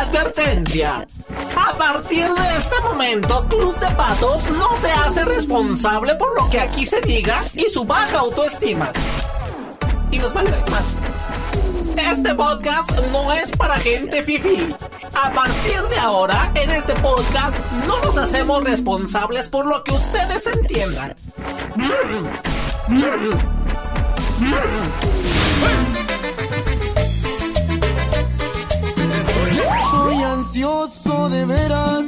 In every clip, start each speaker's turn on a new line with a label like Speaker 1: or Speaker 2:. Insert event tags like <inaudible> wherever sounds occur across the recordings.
Speaker 1: Advertencia. A partir de este momento, Club de Patos no se hace responsable por lo que aquí se diga y su baja autoestima. Y nos vale más. Este podcast no es para gente fifi. A partir de ahora, en este podcast no nos hacemos responsables por lo que ustedes entiendan. Mm. Mm. Mm.
Speaker 2: Estoy ansioso de veras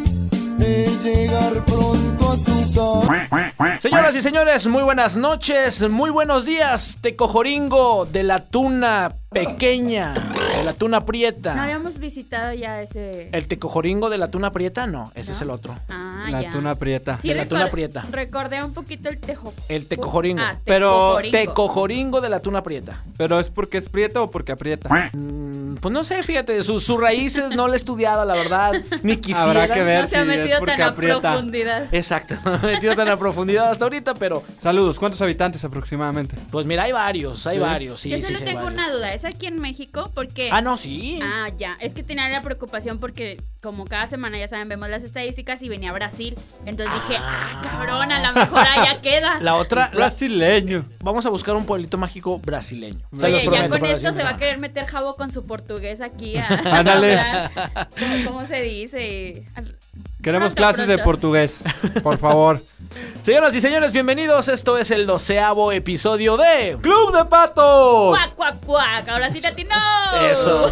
Speaker 2: de llegar pronto a tu casa.
Speaker 3: <laughs> Señoras y señores, muy buenas noches, muy buenos días, Tecojoringo de la tuna pequeña, de la tuna
Speaker 4: No
Speaker 3: prieta.
Speaker 4: habíamos visitado ya ese.
Speaker 3: ¿El Tecojoringo de la tuna prieta? No, ese es el otro.
Speaker 4: Ah,
Speaker 5: La
Speaker 4: ya.
Speaker 5: tuna prieta.
Speaker 4: Sí,
Speaker 3: de la
Speaker 4: recor-
Speaker 3: tuna prieta.
Speaker 4: Recordé un poquito el tejo.
Speaker 3: El tecojoringo.
Speaker 4: Ah,
Speaker 5: Pero
Speaker 4: tecojoringo.
Speaker 3: Tecojoringo de la tuna prieta.
Speaker 5: Pero es porque es prieta o porque aprieta. <laughs>
Speaker 3: Mm, Pues no sé, fíjate, sus, sus raíces no le he estudiado, la verdad,
Speaker 4: <laughs>
Speaker 3: ni quisiera.
Speaker 5: Habrá que ver
Speaker 4: No
Speaker 5: si
Speaker 4: se ha
Speaker 5: es
Speaker 4: metido
Speaker 5: porque
Speaker 4: tan a
Speaker 5: aprieta.
Speaker 4: profundidad.
Speaker 3: Exacto, <laughs> no me he metido tan a profundidad hasta ahorita, pero
Speaker 5: Saludos, ¿cuántos habitantes aproximadamente?
Speaker 3: pues mira, hay varios, hay
Speaker 5: Sí.
Speaker 3: varios. Sí,
Speaker 4: Yo
Speaker 3: sí,
Speaker 4: solo
Speaker 3: sí, hay
Speaker 4: tengo
Speaker 3: varios.
Speaker 4: una duda. ¿Es aquí en México? Porque.
Speaker 3: Ah, no, sí.
Speaker 4: Ah, ya. Es que tenía la preocupación porque, como cada semana, ya saben, vemos las estadísticas y venía a Brasil. Entonces dije, ah, cabrón, a lo mejor
Speaker 3: <laughs>
Speaker 4: allá queda.
Speaker 3: La otra, la-
Speaker 5: Brasileño.
Speaker 3: Vamos a buscar un pueblito mágico brasileño. Se
Speaker 4: Oye,
Speaker 3: los
Speaker 4: ya
Speaker 3: prometo
Speaker 4: con
Speaker 3: para la
Speaker 4: esto se va
Speaker 3: siguiente
Speaker 4: a querer meter jabo con su portugués aquí. A,
Speaker 5: Ándale.
Speaker 4: a hablar. <laughs> ¿Cómo, cómo se dice? Al-
Speaker 5: Queremos
Speaker 4: Pronto,
Speaker 5: clases de
Speaker 4: pronto.
Speaker 5: portugués, por favor.
Speaker 3: semana. Señoras y señores, bienvenidos. Esto es el doceavo episodio de.
Speaker 5: <laughs> ¡Club de Patos!
Speaker 4: ¡Cuac, cuac, cuac! Ahora sí latino.
Speaker 3: Eso.
Speaker 4: Oh.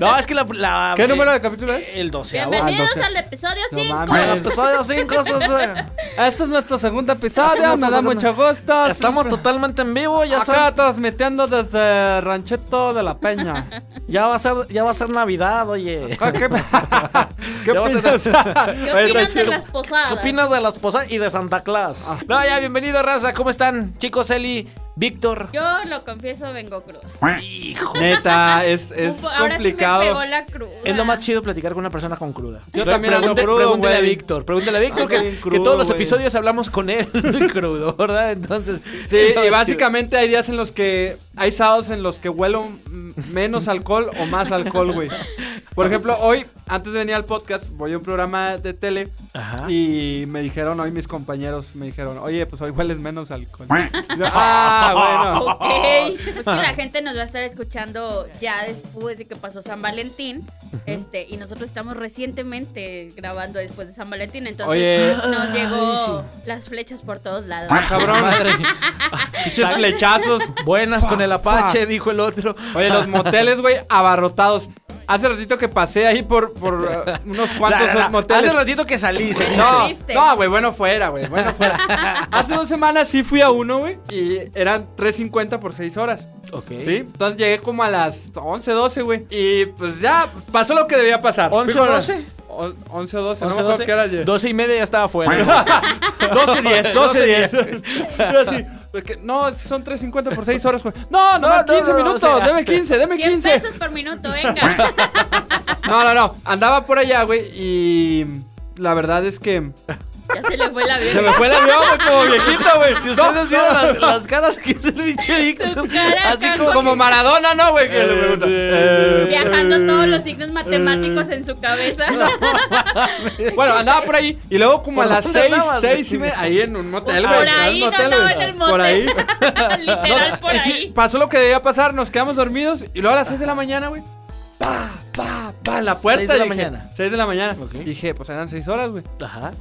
Speaker 3: No, es que la. la- eh,
Speaker 5: ¿Qué número de capítulo es?
Speaker 3: El doceavo.
Speaker 4: <laughs> Bienvenidos
Speaker 5: Ah, doce.
Speaker 4: al episodio
Speaker 5: No
Speaker 4: 5.
Speaker 5: mames.
Speaker 3: El episodio cinco, eso es, eh,
Speaker 5: <laughs> Este es nuestro segundo episodio, me da
Speaker 3: segundo.
Speaker 5: mucho gusto.
Speaker 3: Estamos totalmente en vivo. Ya,
Speaker 5: Acá
Speaker 3: saben,
Speaker 5: transmitiendo desde Rancheto de la Peña. <laughs>
Speaker 3: ya, va a ser, ya va a ser Navidad, oye.
Speaker 5: ¿Qué, qué, qué
Speaker 3: Ya vas a-
Speaker 5: opinas? <laughs>
Speaker 4: ¿Qué
Speaker 3: Oye,
Speaker 4: opinan de
Speaker 3: tranquilo.
Speaker 4: las posadas?
Speaker 3: ¿Qué opinas de las posadas y de Santa Claus?
Speaker 5: Ah.
Speaker 3: No, ya, bienvenido, raza. ¿Cómo están, chicos? Eli, Víctor.
Speaker 4: Yo lo confieso, vengo cruda.
Speaker 3: Hijo.
Speaker 5: Neta, es, es
Speaker 4: Un po- Ahora
Speaker 5: complicado.
Speaker 4: sí me pegó la cruda.
Speaker 3: Es lo más chido platicar con una persona con cruda.
Speaker 5: Yo también ando
Speaker 3: Pregunte-
Speaker 5: crudo,
Speaker 3: Pregúntale a
Speaker 5: güey.
Speaker 3: Víctor, pregúntale a Víctor
Speaker 5: Ando
Speaker 3: que,
Speaker 5: bien
Speaker 3: que
Speaker 5: crudo,
Speaker 3: todos los
Speaker 5: güey.
Speaker 3: episodios hablamos con él <laughs> crudo, ¿verdad? Entonces,
Speaker 5: Sí,
Speaker 3: no,
Speaker 5: y
Speaker 3: chido.
Speaker 5: básicamente hay días en los que hay sábados en los que huelo mm, menos alcohol o más alcohol, güey. Por ejemplo, hoy, antes de venir al podcast, voy a un programa de tele
Speaker 3: Ajá.
Speaker 5: y me dijeron, hoy mis compañeros me dijeron, oye, pues hoy hueles menos alcohol.
Speaker 3: <laughs>
Speaker 5: Y yo, ah, bueno.
Speaker 4: Ok.
Speaker 5: <laughs>
Speaker 4: Pues que la gente nos va a estar escuchando ya después de que pasó San Valentín. Este, y nosotros estamos recientemente grabando después de San Valentín. Entonces
Speaker 5: Oye.
Speaker 4: nos llegó las flechas por todos lados.
Speaker 5: Ah,
Speaker 3: <laughs>
Speaker 5: cabrón.
Speaker 3: Madre.
Speaker 5: Pinches flechazos.
Speaker 3: Buenas con el
Speaker 5: Fa,
Speaker 3: Apache,
Speaker 5: fa.
Speaker 3: dijo el otro.
Speaker 5: Oye, los moteles, güey, abarrotados. Hace ratito que pasé ahí por, por eh, unos
Speaker 3: <laughs>
Speaker 5: cuantos
Speaker 3: La- la-
Speaker 5: moteles.
Speaker 3: Hace ratito que salí, se dice.
Speaker 5: No,
Speaker 4: Triste.
Speaker 5: no, güey, bueno fuera, güey, bueno
Speaker 3: <laughs>
Speaker 5: fuera. Hace dos semanas sí fui a uno, güey, y eran 3.50 por 6 horas.
Speaker 3: Ok.
Speaker 5: ¿Sí? Entonces llegué como a las 11, 12, güey. Y pues ya pasó lo que debía pasar.
Speaker 3: 11
Speaker 5: Fui
Speaker 3: o
Speaker 5: con la-
Speaker 3: 12?
Speaker 5: On- 11 o
Speaker 3: 11,
Speaker 5: 12, no me acuerdo
Speaker 3: 12,
Speaker 5: qué hora llegué.
Speaker 3: 12 y media ya estaba afuera. <laughs>
Speaker 5: 12, 10, 12, 10. <laughs> Yo así, pues que, no, es que son 3.50 por 6 horas, güey. No, nomás
Speaker 3: no,
Speaker 5: 15
Speaker 3: no,
Speaker 5: minutos,
Speaker 3: o sea,
Speaker 5: deme 15, deme
Speaker 4: 100
Speaker 5: 15.
Speaker 4: pesos por minuto, venga. <laughs>
Speaker 5: No, no, no, andaba por allá, güey, y la verdad es que
Speaker 4: Ya se le fue la
Speaker 5: se me
Speaker 4: vida.
Speaker 5: fue el avión, güey, como viejito, güey.
Speaker 3: Si ustedes vieron las, las caras que hizo el pinche Víctor.
Speaker 4: Su cara
Speaker 3: Así
Speaker 4: acá,
Speaker 3: como,
Speaker 4: güey.
Speaker 3: como
Speaker 5: Maradona, ¿no, güey?
Speaker 3: Que le pregunta,
Speaker 5: Eh,
Speaker 4: Viajando todos los signos matemáticos en su cabeza.
Speaker 5: <laughs> Bueno, andaba por ahí y luego como a
Speaker 3: ¿Por
Speaker 5: las
Speaker 3: dónde
Speaker 5: seis,
Speaker 3: andabas, güey?
Speaker 5: seis y media, ahí en un motel, güey.
Speaker 4: Por
Speaker 5: en un
Speaker 4: ahí, no
Speaker 5: motel,
Speaker 4: andaba en
Speaker 5: güey.
Speaker 4: el motel.
Speaker 5: Por ahí.
Speaker 4: Literal, por
Speaker 5: Y sí,
Speaker 4: ahí.
Speaker 5: pasó lo que debía pasar, nos quedamos dormidos y luego a las seis de la mañana, güey. Pa, pa, pa, en la puerta.
Speaker 3: Seis de la
Speaker 5: dije,
Speaker 3: mañana.
Speaker 5: Seis de la mañana.
Speaker 3: Ok.
Speaker 5: Dije, pues eran seis horas, güey.
Speaker 3: Ajá.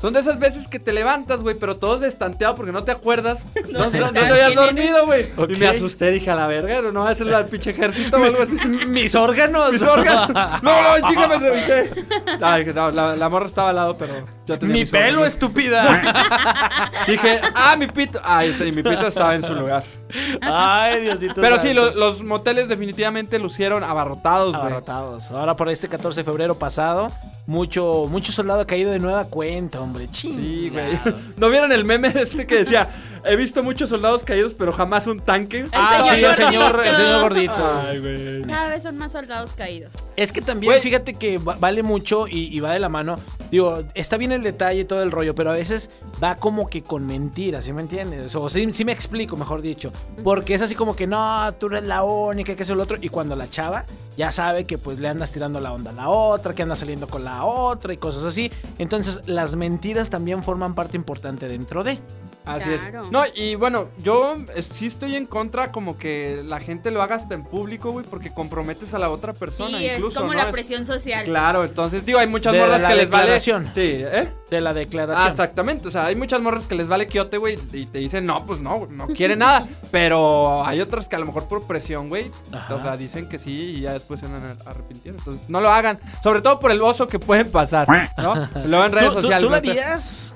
Speaker 5: Son de esas veces que te levantas, güey, pero todos destanteado porque no te acuerdas. <laughs> No, no,
Speaker 4: ¿Dónde
Speaker 5: no te
Speaker 4: estás?
Speaker 5: habías
Speaker 4: ¿Quién eres?
Speaker 5: dormido, güey.
Speaker 3: Ok.
Speaker 5: Y me asusté, dije, a la verga, no va a ser el pinche ejército o
Speaker 3: <laughs>
Speaker 5: algo así.
Speaker 3: Mis órganos.
Speaker 5: Mis órganos. No,
Speaker 3: <laughs>
Speaker 5: no, chica, me revisé. No, dije, no, la, la morra estaba al lado, pero yo tenía
Speaker 3: Mi
Speaker 5: mis
Speaker 3: pelo,
Speaker 5: órganos.
Speaker 3: estúpida.
Speaker 5: Dije, ah, mi pito. Ah, este, y mi pito estaba
Speaker 3: <laughs>
Speaker 5: en su lugar.
Speaker 3: <laughs> Ay, Diosito.
Speaker 5: Pero sí,
Speaker 3: santo.
Speaker 5: lo- los moteles definitivamente lucieron abarrotados, güey.
Speaker 3: Abarrotados. Ahora por este 14 de febrero pasado, mucho, mucho soldado ha caído de nueva cuenta, hombre.
Speaker 5: Sí, <laughs>
Speaker 3: Chingado.
Speaker 5: güey. ¿No vieron el meme este que decía, He visto muchos soldados caídos, pero jamás un tanque.
Speaker 3: Ah,
Speaker 4: señor
Speaker 3: sí, el
Speaker 4: gordito.
Speaker 3: señor, el señor gordito.
Speaker 5: Ay, güey.
Speaker 4: Cada vez son más soldados caídos.
Speaker 3: Es que también,
Speaker 5: Güey.
Speaker 3: fíjate que va- vale mucho y, y va de la mano. Digo, está bien el detalle y todo el rollo, pero a veces va como que con mentiras, ¿sí me entiendes? O sí, sí me explico, mejor dicho. Porque es así como que, no, tú eres la única, que es el otro. Y cuando la chava ya sabe que pues le andas tirando la onda a la otra, que anda saliendo con la otra y cosas así. Entonces, las mentiras también forman parte importante dentro de...
Speaker 5: Así
Speaker 4: Claro.
Speaker 5: es. No, y bueno, yo eh, sí estoy en contra como que la gente lo haga hasta en público, güey, porque comprometes a la otra persona
Speaker 4: sí,
Speaker 5: incluso,
Speaker 4: es como
Speaker 5: ¿no?
Speaker 4: la presión social.
Speaker 5: Claro, entonces, digo, hay muchas
Speaker 3: De
Speaker 5: morras
Speaker 3: la
Speaker 5: que les vale. Sí,
Speaker 3: declaración.
Speaker 5: ¿eh?
Speaker 3: De la
Speaker 5: Ah,
Speaker 3: declaración.
Speaker 5: exactamente. O sea, hay muchas morras que les vale quiote, güey, y te dicen, no, pues no, no quiere nada. Pero hay otras que a lo mejor por presión, güey,
Speaker 3: Ajá.
Speaker 5: o sea, dicen que sí y ya después se andan arrepintiendo. Entonces, no lo hagan. Sobre todo por el oso que pueden pasar, ¿no? Luego en
Speaker 3: ¿Tú,
Speaker 5: redes
Speaker 3: tú-
Speaker 5: sociales.
Speaker 3: ¿Tú la
Speaker 5: no sé.
Speaker 3: harías?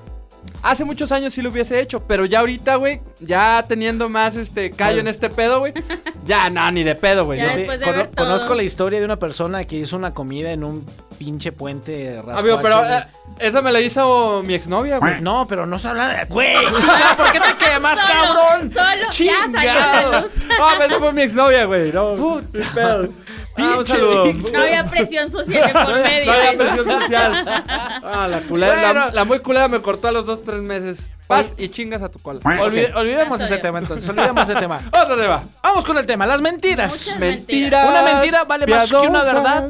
Speaker 5: Hace muchos años sí lo hubiese hecho, pero ya ahorita, güey, ya teniendo más este callo en este pedo, güey, ya no, ni de pedo, güey.
Speaker 4: Ya
Speaker 5: ¿no?
Speaker 3: Ve,
Speaker 4: después de
Speaker 3: cono-
Speaker 4: ver todo.
Speaker 3: Conozco la historia de una persona que hizo una comida en un pinche puente rascuacho,
Speaker 5: Amigo, pero
Speaker 3: güey.
Speaker 5: eh, eso me la hizo mi exnovia,
Speaker 3: <laughs>
Speaker 5: güey.
Speaker 3: No, pero no se habla de... <laughs> Güey, chingada, ¿por qué te quemas,
Speaker 4: Solo,
Speaker 3: cabrón?
Speaker 4: solo, ya salió
Speaker 3: Chingado.
Speaker 4: la luz.
Speaker 5: No, pero eso fue mi exnovia, güey. No,
Speaker 3: Puta.
Speaker 5: ni pedo. Ah, un
Speaker 3: Pinche
Speaker 5: saludo.
Speaker 3: Vic.
Speaker 4: No había presión social de por medio.
Speaker 5: <laughs> No había
Speaker 4: ¿ves? <laughs>
Speaker 5: presión social. Ah, la culera.
Speaker 3: Bueno.
Speaker 5: La, la muy culera me cortó a los dos, tres meses. Vas y chingas a tu cola.
Speaker 3: Olvi-
Speaker 5: Olvida.
Speaker 3: Olvidemos
Speaker 4: Santo
Speaker 3: ese
Speaker 4: Dios.
Speaker 3: tema entonces, olvidemos ese tema.
Speaker 5: Otra le va.
Speaker 3: Vamos con el tema, las mentiras.
Speaker 4: Muchas-
Speaker 5: Mentira.
Speaker 3: Una mentira vale más que una verdad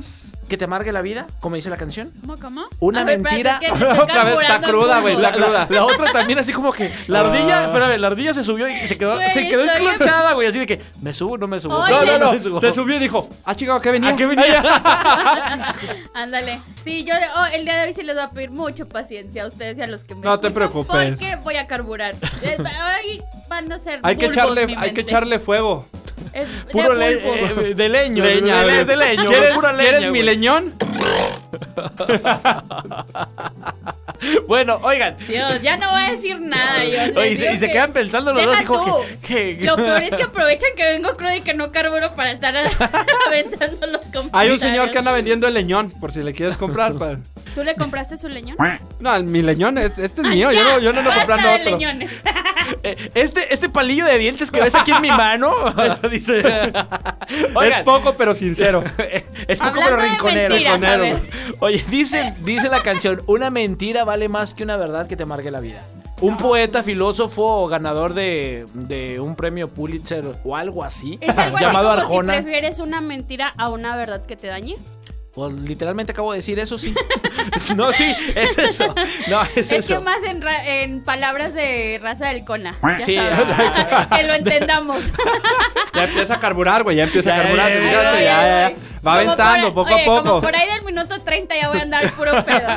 Speaker 3: que te amargue la vida, como dice la canción.
Speaker 4: ¿Cómo, cómo?
Speaker 3: Una
Speaker 4: A ver, espérate,
Speaker 3: mentira.
Speaker 4: es que estoy
Speaker 5: <laughs> Otra vez, está
Speaker 4: carburando
Speaker 5: cruda, güey,
Speaker 4: en
Speaker 5: la
Speaker 4: jugos.
Speaker 5: cruda.
Speaker 3: La otra también así como que la ardilla, espérame, la ardilla se subió y se quedó,
Speaker 4: Güey,
Speaker 3: se quedó
Speaker 4: estoy en-
Speaker 3: enclochada, güey, así de que me subo, no me subo.
Speaker 4: Oye.
Speaker 5: No, no,
Speaker 3: no,
Speaker 5: no. Se subió y dijo, ah, chingado, ¿qué venía?
Speaker 3: ¿A qué venía?
Speaker 4: Ándale. Sí, yo oh, el día de hoy sí les voy a pedir mucha paciencia a ustedes y a los que me
Speaker 5: No te
Speaker 4: escuchan,
Speaker 5: preocupes.
Speaker 4: Porque voy a
Speaker 5: <laughs>
Speaker 4: carburar. Es- Hoy van a ser
Speaker 5: <laughs> Hay que
Speaker 4: bulbos
Speaker 5: echarle,
Speaker 4: mi
Speaker 5: hay que
Speaker 4: mente.
Speaker 5: echarle fuego.
Speaker 4: Es
Speaker 3: Puro
Speaker 4: de
Speaker 3: le-
Speaker 4: bulbos.
Speaker 3: eh, de leño,
Speaker 5: Leña,
Speaker 3: de,
Speaker 5: güey.
Speaker 3: le- de leño,
Speaker 5: ¿Quieres,
Speaker 3: pura leña,
Speaker 5: ¿quieres mi
Speaker 3: güey.
Speaker 5: leñón?
Speaker 3: Bueno, oigan,
Speaker 4: Dios, ya no voy a decir nada. yo les
Speaker 3: Oye, y, se,
Speaker 4: digo
Speaker 3: y se
Speaker 4: que-
Speaker 3: quedan pensando los dos
Speaker 4: Deja
Speaker 3: así como
Speaker 4: tú.
Speaker 3: que, que-
Speaker 5: <laughs>
Speaker 4: Lo peor es que aprovechan que vengo crudo y que no carburo para estar <laughs> aventando los comentarios.
Speaker 5: Hay un señor que anda vendiendo el leñón, por si le
Speaker 3: <laughs>
Speaker 5: quieres comprar. pa-
Speaker 4: ¿Tú le compraste su leñón?
Speaker 5: No, mi leñón, es- este Ah, es
Speaker 4: Ah,
Speaker 5: mío, yo
Speaker 4: ya,
Speaker 5: no, yo no ando
Speaker 4: basta
Speaker 5: comprando
Speaker 4: de
Speaker 5: otro. <laughs>
Speaker 4: leñones.
Speaker 3: <laughs> eh, este, este palillo de dientes que ves aquí
Speaker 4: <laughs>
Speaker 3: en mi mano, <laughs> dice.
Speaker 5: Es poco, pero sincero.
Speaker 3: <laughs> es poco pero
Speaker 4: Hablando de
Speaker 3: rinconero.
Speaker 4: mentiras, a
Speaker 3: rinconero. Oye, dice, dice la canción, una mentira vale más que una verdad que te marque la vida. Un poeta, filósofo, ganador de, de un premio Pulitzer o algo así,
Speaker 4: Es algo así
Speaker 3: llamado
Speaker 4: como
Speaker 3: Arjona.
Speaker 4: si prefieres una mentira a una verdad que te dañe.
Speaker 3: Pues, literalmente acabo de decir eso, sí. <laughs> no, sí, es eso. No, es,
Speaker 4: Es,
Speaker 3: eso.
Speaker 4: que más en, ra- en palabras de raza del cona. ya
Speaker 3: Sí,
Speaker 4: sabes. <laughs> que lo
Speaker 5: <laughs>
Speaker 4: entendamos.
Speaker 5: Ya empieza a carburar, güey, ya empieza a
Speaker 3: Ya,
Speaker 5: carburar.
Speaker 3: ya,
Speaker 5: fíjate,
Speaker 3: ya,
Speaker 5: ya, ya, ya. Va
Speaker 4: Como
Speaker 5: aventando
Speaker 4: por-
Speaker 5: poco
Speaker 4: oye,
Speaker 5: a
Speaker 4: Como
Speaker 5: poco.
Speaker 4: por ahí del minuto 30 ya voy a andar puro pedo.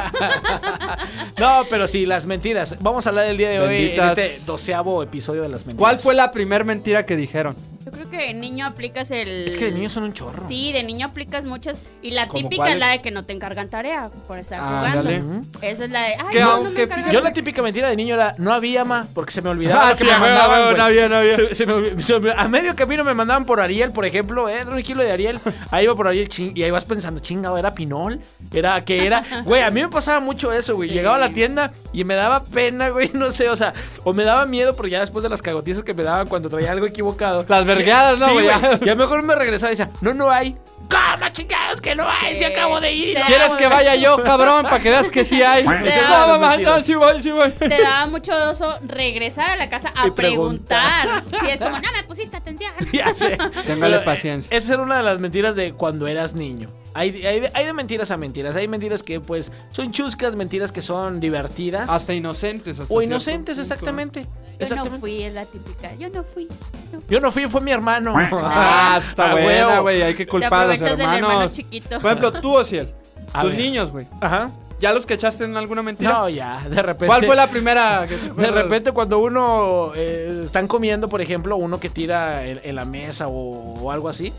Speaker 3: No, pero sí, las mentiras. Vamos a hablar el día de
Speaker 5: Benditas.
Speaker 3: hoy en este doceavo episodio de las mentiras.
Speaker 5: ¿Cuál fue la primer mentira que dijeron?
Speaker 4: Yo creo que de niño aplicas el.
Speaker 3: Es que de niños son un chorro.
Speaker 4: Sí, de niño aplicas muchas. Y la
Speaker 5: ¿Como
Speaker 4: típica
Speaker 5: cuál?
Speaker 4: es la de que no te encargan tarea por estar
Speaker 5: Ah, Ándale.
Speaker 4: jugando. Esa es la de. Ay,
Speaker 5: Que
Speaker 4: no, no me
Speaker 5: aunque
Speaker 4: encargan
Speaker 5: fíjate-
Speaker 3: Yo
Speaker 4: tarea".
Speaker 3: la típica mentira de niño era no había ma, porque se me olvidaba
Speaker 5: Ah,
Speaker 3: lo que
Speaker 5: sí,
Speaker 3: me
Speaker 5: a huevo,
Speaker 3: mandaban,
Speaker 5: a huevo,
Speaker 3: güey.
Speaker 5: no había, no había.
Speaker 3: Se- se me olvi- se me olvi- a medio camino me mandaban por Ariel, por ejemplo, eh, era un kilo de Ariel. Ahí iba por Ariel ching- y ahí vas pensando, chingado, era pinol, era que era. Güey, a mí me pasaba mucho eso, güey. Llegaba a la tienda y me daba pena, güey, no sé, o sea, o me daba miedo, pero ya después de las cagotizas que me daban cuando traía algo equivocado.
Speaker 5: Las vergueadas, ¿no,
Speaker 3: Sí,
Speaker 5: güey?
Speaker 3: güey. Ya mejor me regresaba y decía, no, no hay. ¿Cómo chingados que no hay?
Speaker 5: Eh,
Speaker 3: Si
Speaker 4: Sí.
Speaker 3: acabo de ir. y no
Speaker 5: ¿Quieres que vaya yo, cabrón, para que veas que sí hay?
Speaker 3: Esa
Speaker 5: Dice,
Speaker 4: es
Speaker 5: no,
Speaker 4: la
Speaker 5: mamá,
Speaker 3: mentira.
Speaker 5: no, sí voy, sí voy.
Speaker 4: Te daba mucho oso regresar a la casa a
Speaker 3: Y preguntar.
Speaker 4: preguntar. Y es como, no me pusiste atención.
Speaker 3: <laughs> Ya sé.
Speaker 5: Téngale
Speaker 3: Pero,
Speaker 5: paciencia.
Speaker 3: eh, Esa era una de las mentiras de cuando eras niño. Hay, de- hay de- hay de mentiras a mentiras. Hay mentiras que, pues, son chuscas, mentiras que son divertidas.
Speaker 5: Hasta inocentes. hasta
Speaker 3: o
Speaker 5: cierto
Speaker 3: inocentes,
Speaker 5: punto.
Speaker 3: exactamente.
Speaker 4: Yo no
Speaker 3: Exactamente.
Speaker 4: fui, es la típica. Yo no fui. yo no fui.
Speaker 3: Yo no fui, fue mi hermano.
Speaker 5: <laughs> Ah, está
Speaker 3: Ah,
Speaker 5: buena,
Speaker 3: huevo.
Speaker 5: güey. Hay que
Speaker 4: Te
Speaker 5: culpar a los
Speaker 4: aprovechas del hermano
Speaker 5: hermanos. <laughs>
Speaker 4: chiquito.
Speaker 5: Por ejemplo, tú, Ociel.
Speaker 3: A
Speaker 5: Tus
Speaker 3: ver.
Speaker 5: niños, güey.
Speaker 3: Ajá.
Speaker 5: ¿Ya los cachaste en alguna mentira?
Speaker 3: No, ya, de repente.
Speaker 5: ¿Cuál fue la primera? que te
Speaker 3: De
Speaker 5: acuerdas?
Speaker 3: repente cuando uno eh, están comiendo, por ejemplo, uno que tira en, en la mesa o, o algo así,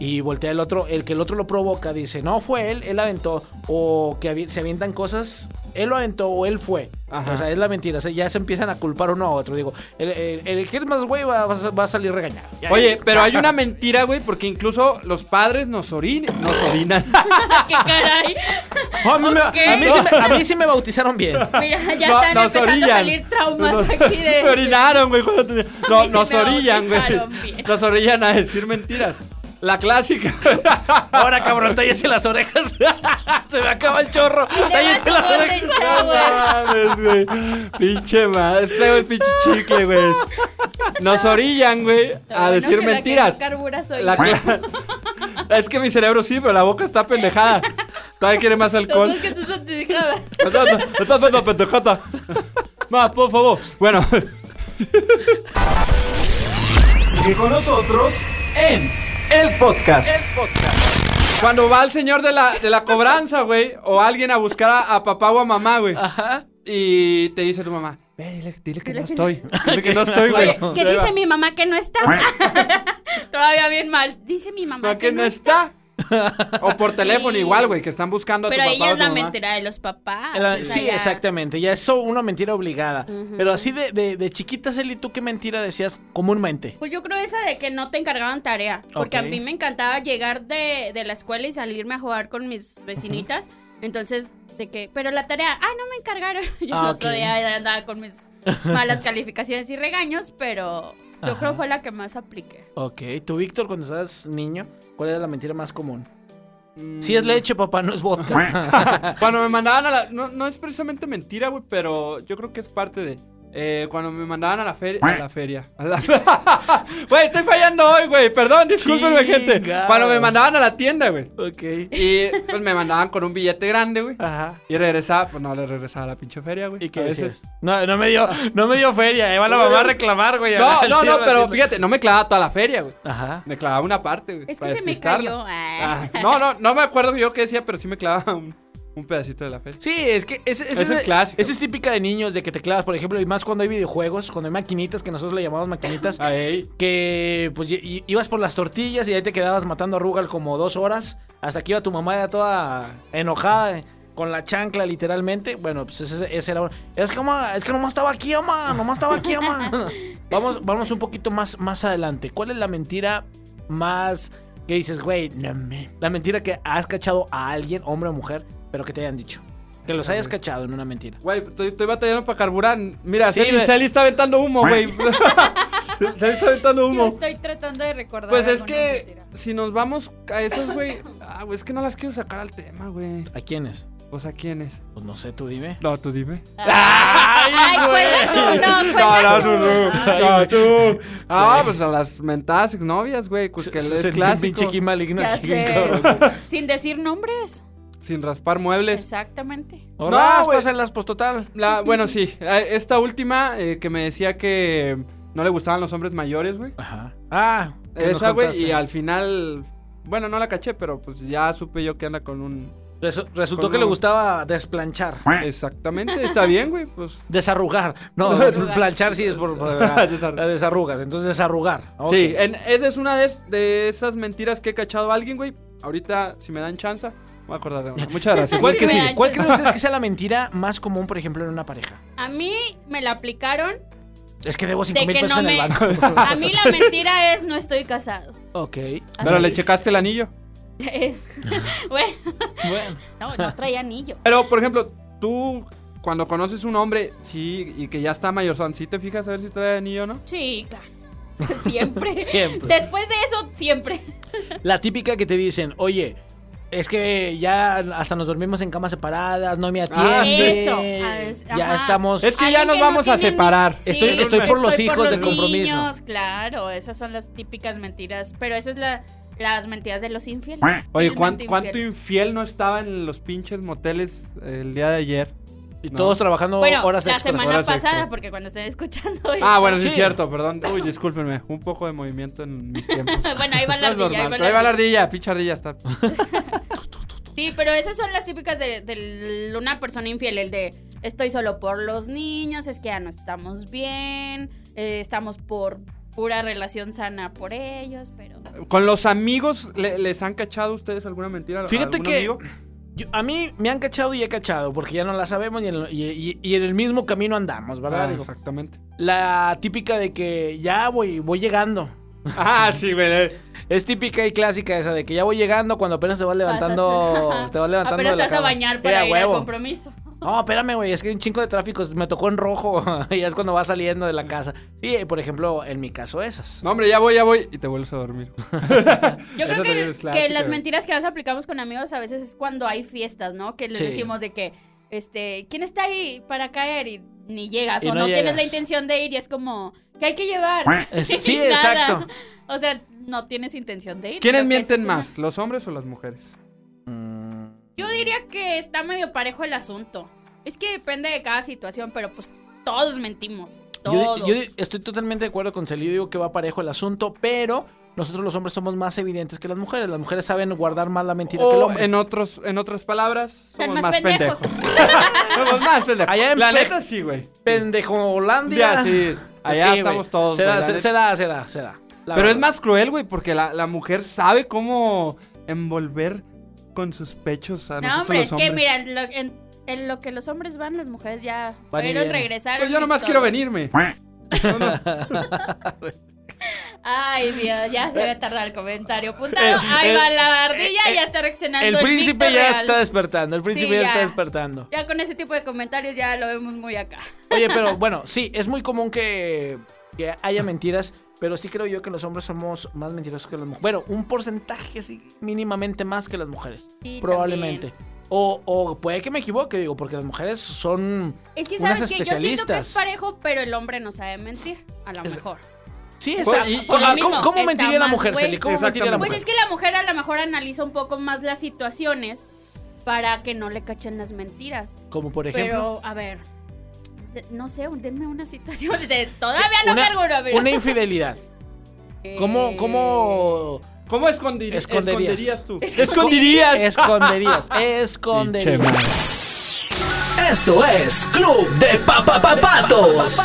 Speaker 3: Y voltea el otro, el que el otro lo provoca, dice, no, fue él, él aventó. O que avi- se avientan cosas, él lo aventó o él fue.
Speaker 5: Ajá.
Speaker 3: O sea, es la mentira. o sea, ya se empiezan a culpar uno a otro. Digo, el, el- el que es más güey va, va a- va a salir regañado. Ya,
Speaker 5: Oye, pero hay una mentira, güey, porque incluso los padres nos, orin- nos orinan.
Speaker 4: ¿Qué caray?
Speaker 5: oh, A mí me-
Speaker 4: Ok.
Speaker 5: a
Speaker 3: A
Speaker 5: mí
Speaker 3: mí,
Speaker 5: sí
Speaker 3: sí me, a mí sí
Speaker 5: <laughs>
Speaker 3: me bautizaron bien.
Speaker 4: Mira, ya
Speaker 5: No,
Speaker 4: están
Speaker 5: nos
Speaker 4: empezando
Speaker 5: orillan.
Speaker 4: a salir traumas
Speaker 5: Nos-
Speaker 4: aquí de.
Speaker 5: <laughs> me orinaron, güey. cuando tenía-
Speaker 4: A
Speaker 5: No,
Speaker 4: mí sí
Speaker 5: nos
Speaker 4: me
Speaker 5: orillan, güey.
Speaker 4: bautizaron bien.
Speaker 5: Nos orillan a decir mentiras. La clásica.
Speaker 4: <laughs>
Speaker 3: Ahora, cabrón, tállese las orejas. <laughs> se me acaba el chorro.
Speaker 4: le vas
Speaker 3: Tállese
Speaker 4: a
Speaker 3: las
Speaker 4: Golden
Speaker 3: orejas.
Speaker 5: No mames, güey. Pinche madre. Este güey, pinche chicle, güey. Nos orillan, güey,
Speaker 4: Lo
Speaker 5: a
Speaker 4: bueno
Speaker 5: decir
Speaker 4: que la que
Speaker 5: mentiras.
Speaker 4: no carbura soy
Speaker 5: La
Speaker 4: yo.
Speaker 5: cla- <laughs> es que mi cerebro sí, pero la boca está pendejada. Todavía quiere más
Speaker 4: Lo
Speaker 5: alcohol.
Speaker 4: más que tú estás pendejada.
Speaker 5: Estás dando pendejata. Más, por favor. Bueno,
Speaker 6: Sigue con nosotros en el podcast.
Speaker 5: cuando va el señor de la, de la cobranza, güey, o alguien a buscar a, a papá o a mamá, güey, y te dice tu mamá, ve, dile, dile que
Speaker 4: Dile
Speaker 5: no
Speaker 4: que
Speaker 5: estoy. Dile que no estoy, güey.
Speaker 4: Oye, ¿qué dice mi mamá que no está? Todavía bien mal. Dice mi mamá
Speaker 5: No, que no está. O por teléfono
Speaker 4: Sí.
Speaker 5: igual, güey, que están buscando a
Speaker 4: Pero
Speaker 5: tu papá
Speaker 4: ella es
Speaker 5: o a
Speaker 4: la
Speaker 5: tu mamá.
Speaker 4: mentira de los papás.
Speaker 3: La-
Speaker 4: o sea,
Speaker 3: sí,
Speaker 4: Ah, ya-
Speaker 3: exactamente. Ya es so- una mentira obligada. Pero así de, de, de chiquita, Celi, ¿tú qué mentira decías comúnmente?
Speaker 4: Pues yo creo esa de que no te encargaban tarea. Porque
Speaker 3: Ok.
Speaker 4: a mí me encantaba llegar de, de la escuela y salirme a jugar con mis vecinitas. Entonces, de que, pero la tarea, ah, no me encargaron. <laughs> Yo
Speaker 3: Ah,
Speaker 4: el
Speaker 3: ok.
Speaker 4: otro día andaba con
Speaker 5: <laughs>
Speaker 4: mis malas calificaciones y regaños, pero yo
Speaker 3: Ajá.
Speaker 4: creo fue la que más apliqué.
Speaker 3: Ok, tú, Víctor, cuando estabas niño, ¿cuál era la mentira más común? Si
Speaker 5: Mm.
Speaker 3: es leche, papá, no es
Speaker 5: <laughs>
Speaker 3: vodka.
Speaker 5: Cuando me mandaban a la. No, no es precisamente mentira, güey, pero yo creo que es parte de. eh, cuando me mandaban a la feria. A la feria. a la- <laughs> Güey, estoy fallando hoy, güey. Perdón, discúlpenme, gente.
Speaker 3: Chingado.
Speaker 5: Cuando me mandaban a la tienda, güey.
Speaker 3: ok.
Speaker 5: Y pues me mandaban con un billete grande, güey.
Speaker 3: Ajá.
Speaker 5: Y regresaba, pues no le regresaba a la pinche feria, güey.
Speaker 3: ¿Y qué
Speaker 5: a veces.
Speaker 3: decías? No, no me dio, no me dio feria, eh, va la
Speaker 5: No me
Speaker 3: mamá a
Speaker 5: dio-
Speaker 3: reclamar, güey.
Speaker 5: No,
Speaker 3: ahora <laughs>
Speaker 5: no,
Speaker 3: sí,
Speaker 5: no,
Speaker 3: ahora
Speaker 5: pero
Speaker 3: sí.
Speaker 5: fíjate, no me clavaba toda la feria, güey.
Speaker 3: Ajá.
Speaker 5: Me clavaba una parte, güey.
Speaker 4: Es que
Speaker 5: para
Speaker 4: se me
Speaker 5: despistarla.
Speaker 4: cayó. Ah.
Speaker 5: Ah,
Speaker 4: <laughs>
Speaker 5: no, no, no me acuerdo yo qué decía, pero sí me clavaba un, un pedacito de la feria.
Speaker 3: Sí, es que ese, ese-
Speaker 5: Ese es clásico.
Speaker 3: esa es típica de niños, de que te clavas, por ejemplo, y más cuando hay videojuegos, cuando hay maquinitas, que nosotros le llamamos
Speaker 5: <laughs>
Speaker 3: maquinitas,
Speaker 5: Ahí.
Speaker 3: que pues i- i- ibas por las tortillas y ahí te quedabas matando a Rugal como dos horas, hasta que iba tu mamá ya toda enojada, eh, con la chancla literalmente. Bueno, pues ese, ese era... un- Es que, mamá, es que nomás estaba aquí, mamá, nomás estaba aquí,
Speaker 5: <laughs>
Speaker 3: mamá. vamos, vamos un poquito más, más adelante. ¿Cuál es la mentira más que dices, güey, no me- la mentira que has cachado a alguien, hombre o mujer, pero que te hayan dicho? Que los hayas cachado en una mentira.
Speaker 5: Güey, estoy, estoy batallando para carburar. Mira,
Speaker 3: Sí,
Speaker 5: Celi,
Speaker 3: ve-
Speaker 5: Celi está aventando humo,
Speaker 3: <laughs>
Speaker 5: güey. <laughs> Celi está aventando
Speaker 4: Yo
Speaker 5: humo.
Speaker 4: estoy tratando de recordar.
Speaker 5: Pues es
Speaker 4: alguna
Speaker 5: que
Speaker 4: mentira.
Speaker 5: si nos vamos a esos, güey. Ah, güey, es que no las quiero sacar al tema, güey.
Speaker 3: ¿A quiénes?
Speaker 5: O sea, ¿quiénes?
Speaker 3: Pues no sé, tú dime.
Speaker 5: No, tú dime.
Speaker 4: Ah.
Speaker 5: <laughs>
Speaker 4: Ay, cuelga tú, no, cuelga tú.
Speaker 5: no, tú. Ah, pues a las mentadas exnovias, güey. Pues que
Speaker 3: Se-
Speaker 5: es
Speaker 3: sentí un pinche
Speaker 5: clásico.
Speaker 3: aquí maligno
Speaker 4: Ya
Speaker 3: aquí,
Speaker 4: sé.
Speaker 3: cabrón.
Speaker 4: <laughs> Sin decir nombres.
Speaker 5: Sin raspar muebles.
Speaker 4: Exactamente.
Speaker 3: O
Speaker 5: No,
Speaker 3: raspas,
Speaker 5: güey.
Speaker 3: hazlas, pues total.
Speaker 5: La, bueno, sí. eh, Esta última eh, que me decía que no le gustaban los hombres mayores, güey.
Speaker 3: Ajá. Ah, que nos
Speaker 5: Esa, güey,
Speaker 3: contaste.
Speaker 5: y al final. Bueno, no la caché, pero pues ya supe yo que anda con un.
Speaker 3: Resu- resultó
Speaker 5: con
Speaker 3: que le
Speaker 5: un-
Speaker 3: gustaba desplanchar.
Speaker 5: Exactamente, está bien, güey. Pues.
Speaker 3: <laughs> Desarrugar. No,
Speaker 4: Desarrugar.
Speaker 3: planchar sí es por, <laughs> por-
Speaker 5: Desarrugar.
Speaker 3: las desarrugas. Entonces desarrugar. Ah, eh, Ok.
Speaker 5: Sí, en- esa es una de, de esas mentiras que he cachado a alguien, güey. Ahorita, si me dan chance, voy a acordar
Speaker 3: <laughs>
Speaker 5: de una. Muchas gracias.
Speaker 3: ¿Cuál,
Speaker 4: Sí,
Speaker 3: creen-
Speaker 4: me dan
Speaker 3: cuál
Speaker 4: chance.
Speaker 3: creen ustedes que sea la mentira más común, por ejemplo, en una pareja?
Speaker 4: A mí me la aplicaron
Speaker 3: Es que debo 5
Speaker 4: de
Speaker 3: mil
Speaker 4: que
Speaker 3: pesos
Speaker 4: no
Speaker 3: en el
Speaker 4: me.
Speaker 3: banco. <laughs>
Speaker 4: A mí la mentira es no estoy casado.
Speaker 3: ok.
Speaker 5: Pero
Speaker 4: Así.
Speaker 5: le checaste el anillo.
Speaker 4: bueno,
Speaker 3: Bueno.
Speaker 4: no,
Speaker 3: <laughs>
Speaker 4: no trae anillo.
Speaker 5: Pero, por ejemplo, tú, cuando conoces un hombre, sí, y que ya está mayorzón, ¿sí te fijas a ver si trae anillo o no?
Speaker 4: Sí, claro.
Speaker 3: <laughs>
Speaker 4: Siempre.
Speaker 3: Siempre.
Speaker 4: Después de eso, siempre.
Speaker 3: La típica que te dicen, oye, es que ya hasta nos dormimos en camas separadas, no me atiende.
Speaker 5: Ah, sí.
Speaker 4: Eso, a ver,
Speaker 3: ya
Speaker 4: ajá.
Speaker 3: estamos.
Speaker 5: Es que ya
Speaker 4: Alguien
Speaker 5: nos vamos a
Speaker 4: tiene ni-
Speaker 5: separar.
Speaker 3: Estoy- estoy por los hijos de compromiso.
Speaker 4: niños, claro, esas son las típicas mentiras. Pero esas son las mentiras de los infieles.
Speaker 5: Oye,
Speaker 4: Felizmente
Speaker 5: ¿cuán- ¿cuánto
Speaker 4: infieles.
Speaker 5: infiel no estaba en los pinches moteles eh, el día de ayer?
Speaker 3: Y
Speaker 5: No.
Speaker 3: todos trabajando
Speaker 4: Bueno,
Speaker 3: horas
Speaker 4: la
Speaker 3: extras.
Speaker 4: semana
Speaker 5: horas extras.
Speaker 4: pasada, porque cuando estén escuchando.
Speaker 5: Ah, bueno, sí,
Speaker 3: Sí.
Speaker 5: es cierto, perdón. Uy, discúlpenme, un poco de movimiento en mis
Speaker 3: <laughs>
Speaker 5: tiempos.
Speaker 4: <laughs> Bueno, ahí va la
Speaker 5: <laughs> No es
Speaker 4: ardilla.
Speaker 5: normal, pero Ahí va la ardilla, pinche ardilla está.
Speaker 4: Sí, pero esas son las típicas de, de una persona infiel, el de estoy solo por los niños, es que ya no estamos bien, eh, estamos por pura relación sana por ellos, pero...
Speaker 5: ¿Con los amigos le- les han cachado ustedes alguna mentira? a
Speaker 3: Fíjate
Speaker 5: algún
Speaker 3: que
Speaker 5: amigo?
Speaker 3: yo- a mí me han cachado y he cachado, porque ya no la sabemos y en, lo- y- y- y en el mismo camino andamos, ¿verdad?
Speaker 5: Ah,
Speaker 3: Digo,
Speaker 5: exactamente.
Speaker 3: la típica de que ya voy, voy llegando.
Speaker 5: Ah, sí, güey. eh.
Speaker 3: Es típica y clásica esa de que ya voy llegando cuando apenas te vas
Speaker 4: <laughs>
Speaker 3: levantando.
Speaker 4: Pasas- Ah,
Speaker 3: Te vas levantando.
Speaker 4: Apenas
Speaker 3: de la
Speaker 4: estás a
Speaker 3: cama.
Speaker 4: bañar
Speaker 3: Mira,
Speaker 4: para ir al
Speaker 3: huevo.
Speaker 4: compromiso.
Speaker 3: No, espérame, güey, es que hay un chingo de tráfico, me tocó en rojo, <laughs> y es cuando va saliendo de la casa. Sí, eh, por ejemplo, en mi caso esas.
Speaker 5: <laughs> No, hombre, ya voy, ya voy. Y te vuelves a dormir.
Speaker 4: Yo
Speaker 5: Esa
Speaker 4: creo
Speaker 5: también
Speaker 4: que,
Speaker 5: es
Speaker 4: que
Speaker 5: clásica,
Speaker 4: las
Speaker 5: güey.
Speaker 4: mentiras que más aplicamos con amigos a veces es cuando hay fiestas, ¿no? Que les
Speaker 3: Sí.
Speaker 4: decimos de que, este, ¿quién está ahí para caer? Y ni llegas
Speaker 3: Y
Speaker 4: o
Speaker 3: no
Speaker 4: no, tienes la
Speaker 3: llegas.
Speaker 4: intención de ir y es como, ¿qué hay que llevar?
Speaker 3: Es-
Speaker 4: <laughs> Y
Speaker 3: sí,
Speaker 4: nada.
Speaker 3: exacto.
Speaker 4: O sea, no tienes intención de ir.
Speaker 5: ¿Quiénes
Speaker 4: Creo que esa es
Speaker 5: mienten
Speaker 4: una-
Speaker 5: más, los hombres o las mujeres?
Speaker 4: Yo diría que está medio parejo el asunto. Es que depende de cada situación, pero pues todos mentimos.
Speaker 3: Yo,
Speaker 4: Todos.
Speaker 3: di- yo di- estoy totalmente de acuerdo con Celio, digo que va parejo el asunto, pero nosotros los hombres somos más evidentes que las mujeres. Las mujeres saben guardar más la mentira que el
Speaker 5: O
Speaker 3: hombre.
Speaker 5: en, otros, en otras palabras,
Speaker 4: Están
Speaker 5: somos
Speaker 4: más,
Speaker 5: más, pendejos. <laughs>
Speaker 4: pendejos.
Speaker 5: somos más pendejos.
Speaker 3: Allá en
Speaker 5: la
Speaker 3: Pe-
Speaker 5: neta sí, güey.
Speaker 3: Pendejo Holandia.
Speaker 5: Ya,
Speaker 3: <laughs>
Speaker 5: sí. Allá
Speaker 3: güey.
Speaker 5: estamos todos,
Speaker 3: Se da,
Speaker 5: güey, la
Speaker 3: se,
Speaker 5: neta.
Speaker 3: se da, se da, se da. La
Speaker 5: Pero es
Speaker 3: verdad.
Speaker 5: más cruel, güey, porque la, la mujer sabe cómo envolver con sus pechos a
Speaker 4: No,
Speaker 5: nosotros
Speaker 4: hombre,
Speaker 5: los
Speaker 4: es que
Speaker 5: hombres. Pues
Speaker 4: mira, en lo, en- en lo que los hombres van, las mujeres ya
Speaker 3: Van y
Speaker 4: fueron,
Speaker 3: vienen.
Speaker 4: regresaron.
Speaker 5: Pues yo
Speaker 4: y
Speaker 5: nomás
Speaker 4: todo.
Speaker 5: quiero venirme. No, no.
Speaker 4: Ay, Dios, ya se va
Speaker 3: Eh.
Speaker 4: a tardar el comentario apuntado. Ahí va la ardilla, ya está reaccionando.
Speaker 3: El príncipe
Speaker 4: Víctor
Speaker 3: ya
Speaker 4: Real.
Speaker 3: está despertando, el príncipe
Speaker 4: Sí,
Speaker 3: ya está
Speaker 4: ya.
Speaker 3: despertando.
Speaker 4: Ya con ese tipo de comentarios ya lo vemos muy acá.
Speaker 3: Oye, pero bueno, sí, es muy común que, que haya mentiras, pero sí creo yo que los hombres somos más mentirosos que las mujeres. Bueno, un porcentaje así mínimamente más que las mujeres,
Speaker 4: Sí,
Speaker 3: probablemente. O, o puede que me equivoque, digo, porque las mujeres son...
Speaker 4: Es que
Speaker 3: Unas
Speaker 4: sabes que yo siento que es
Speaker 3: especialistas.
Speaker 4: parejo, pero el hombre no sabe mentir, a lo mejor.
Speaker 3: Sí,
Speaker 5: Pues,
Speaker 3: esa-
Speaker 5: y-
Speaker 3: o-
Speaker 5: y-
Speaker 3: ah,
Speaker 4: lo
Speaker 3: ¿Cómo,
Speaker 4: mismo,
Speaker 3: cómo
Speaker 4: está
Speaker 3: mentiría la
Speaker 4: más
Speaker 3: mujer,
Speaker 4: güey.
Speaker 3: Celi? ¿Cómo mentiría la
Speaker 5: Exactamente.
Speaker 4: Pues
Speaker 3: mujer?
Speaker 4: es que la mujer a lo mejor analiza un poco más las situaciones para que no le cachen las mentiras.
Speaker 3: Como por ejemplo...
Speaker 4: Pero, a ver, de- no sé, un- denme una situación. <laughs> de- todavía no
Speaker 3: una,
Speaker 4: cargo, amigo.
Speaker 3: una infidelidad. ¿Cómo,
Speaker 4: Eh.
Speaker 3: cómo
Speaker 5: ¿Cómo escondiri-
Speaker 3: Esconderías.
Speaker 5: esconderías tú?
Speaker 3: <laughs> esconderías? <laughs> Esconderías,
Speaker 5: Pinche madre.
Speaker 3: esconderías.
Speaker 6: Esto es Club de Papapapatos.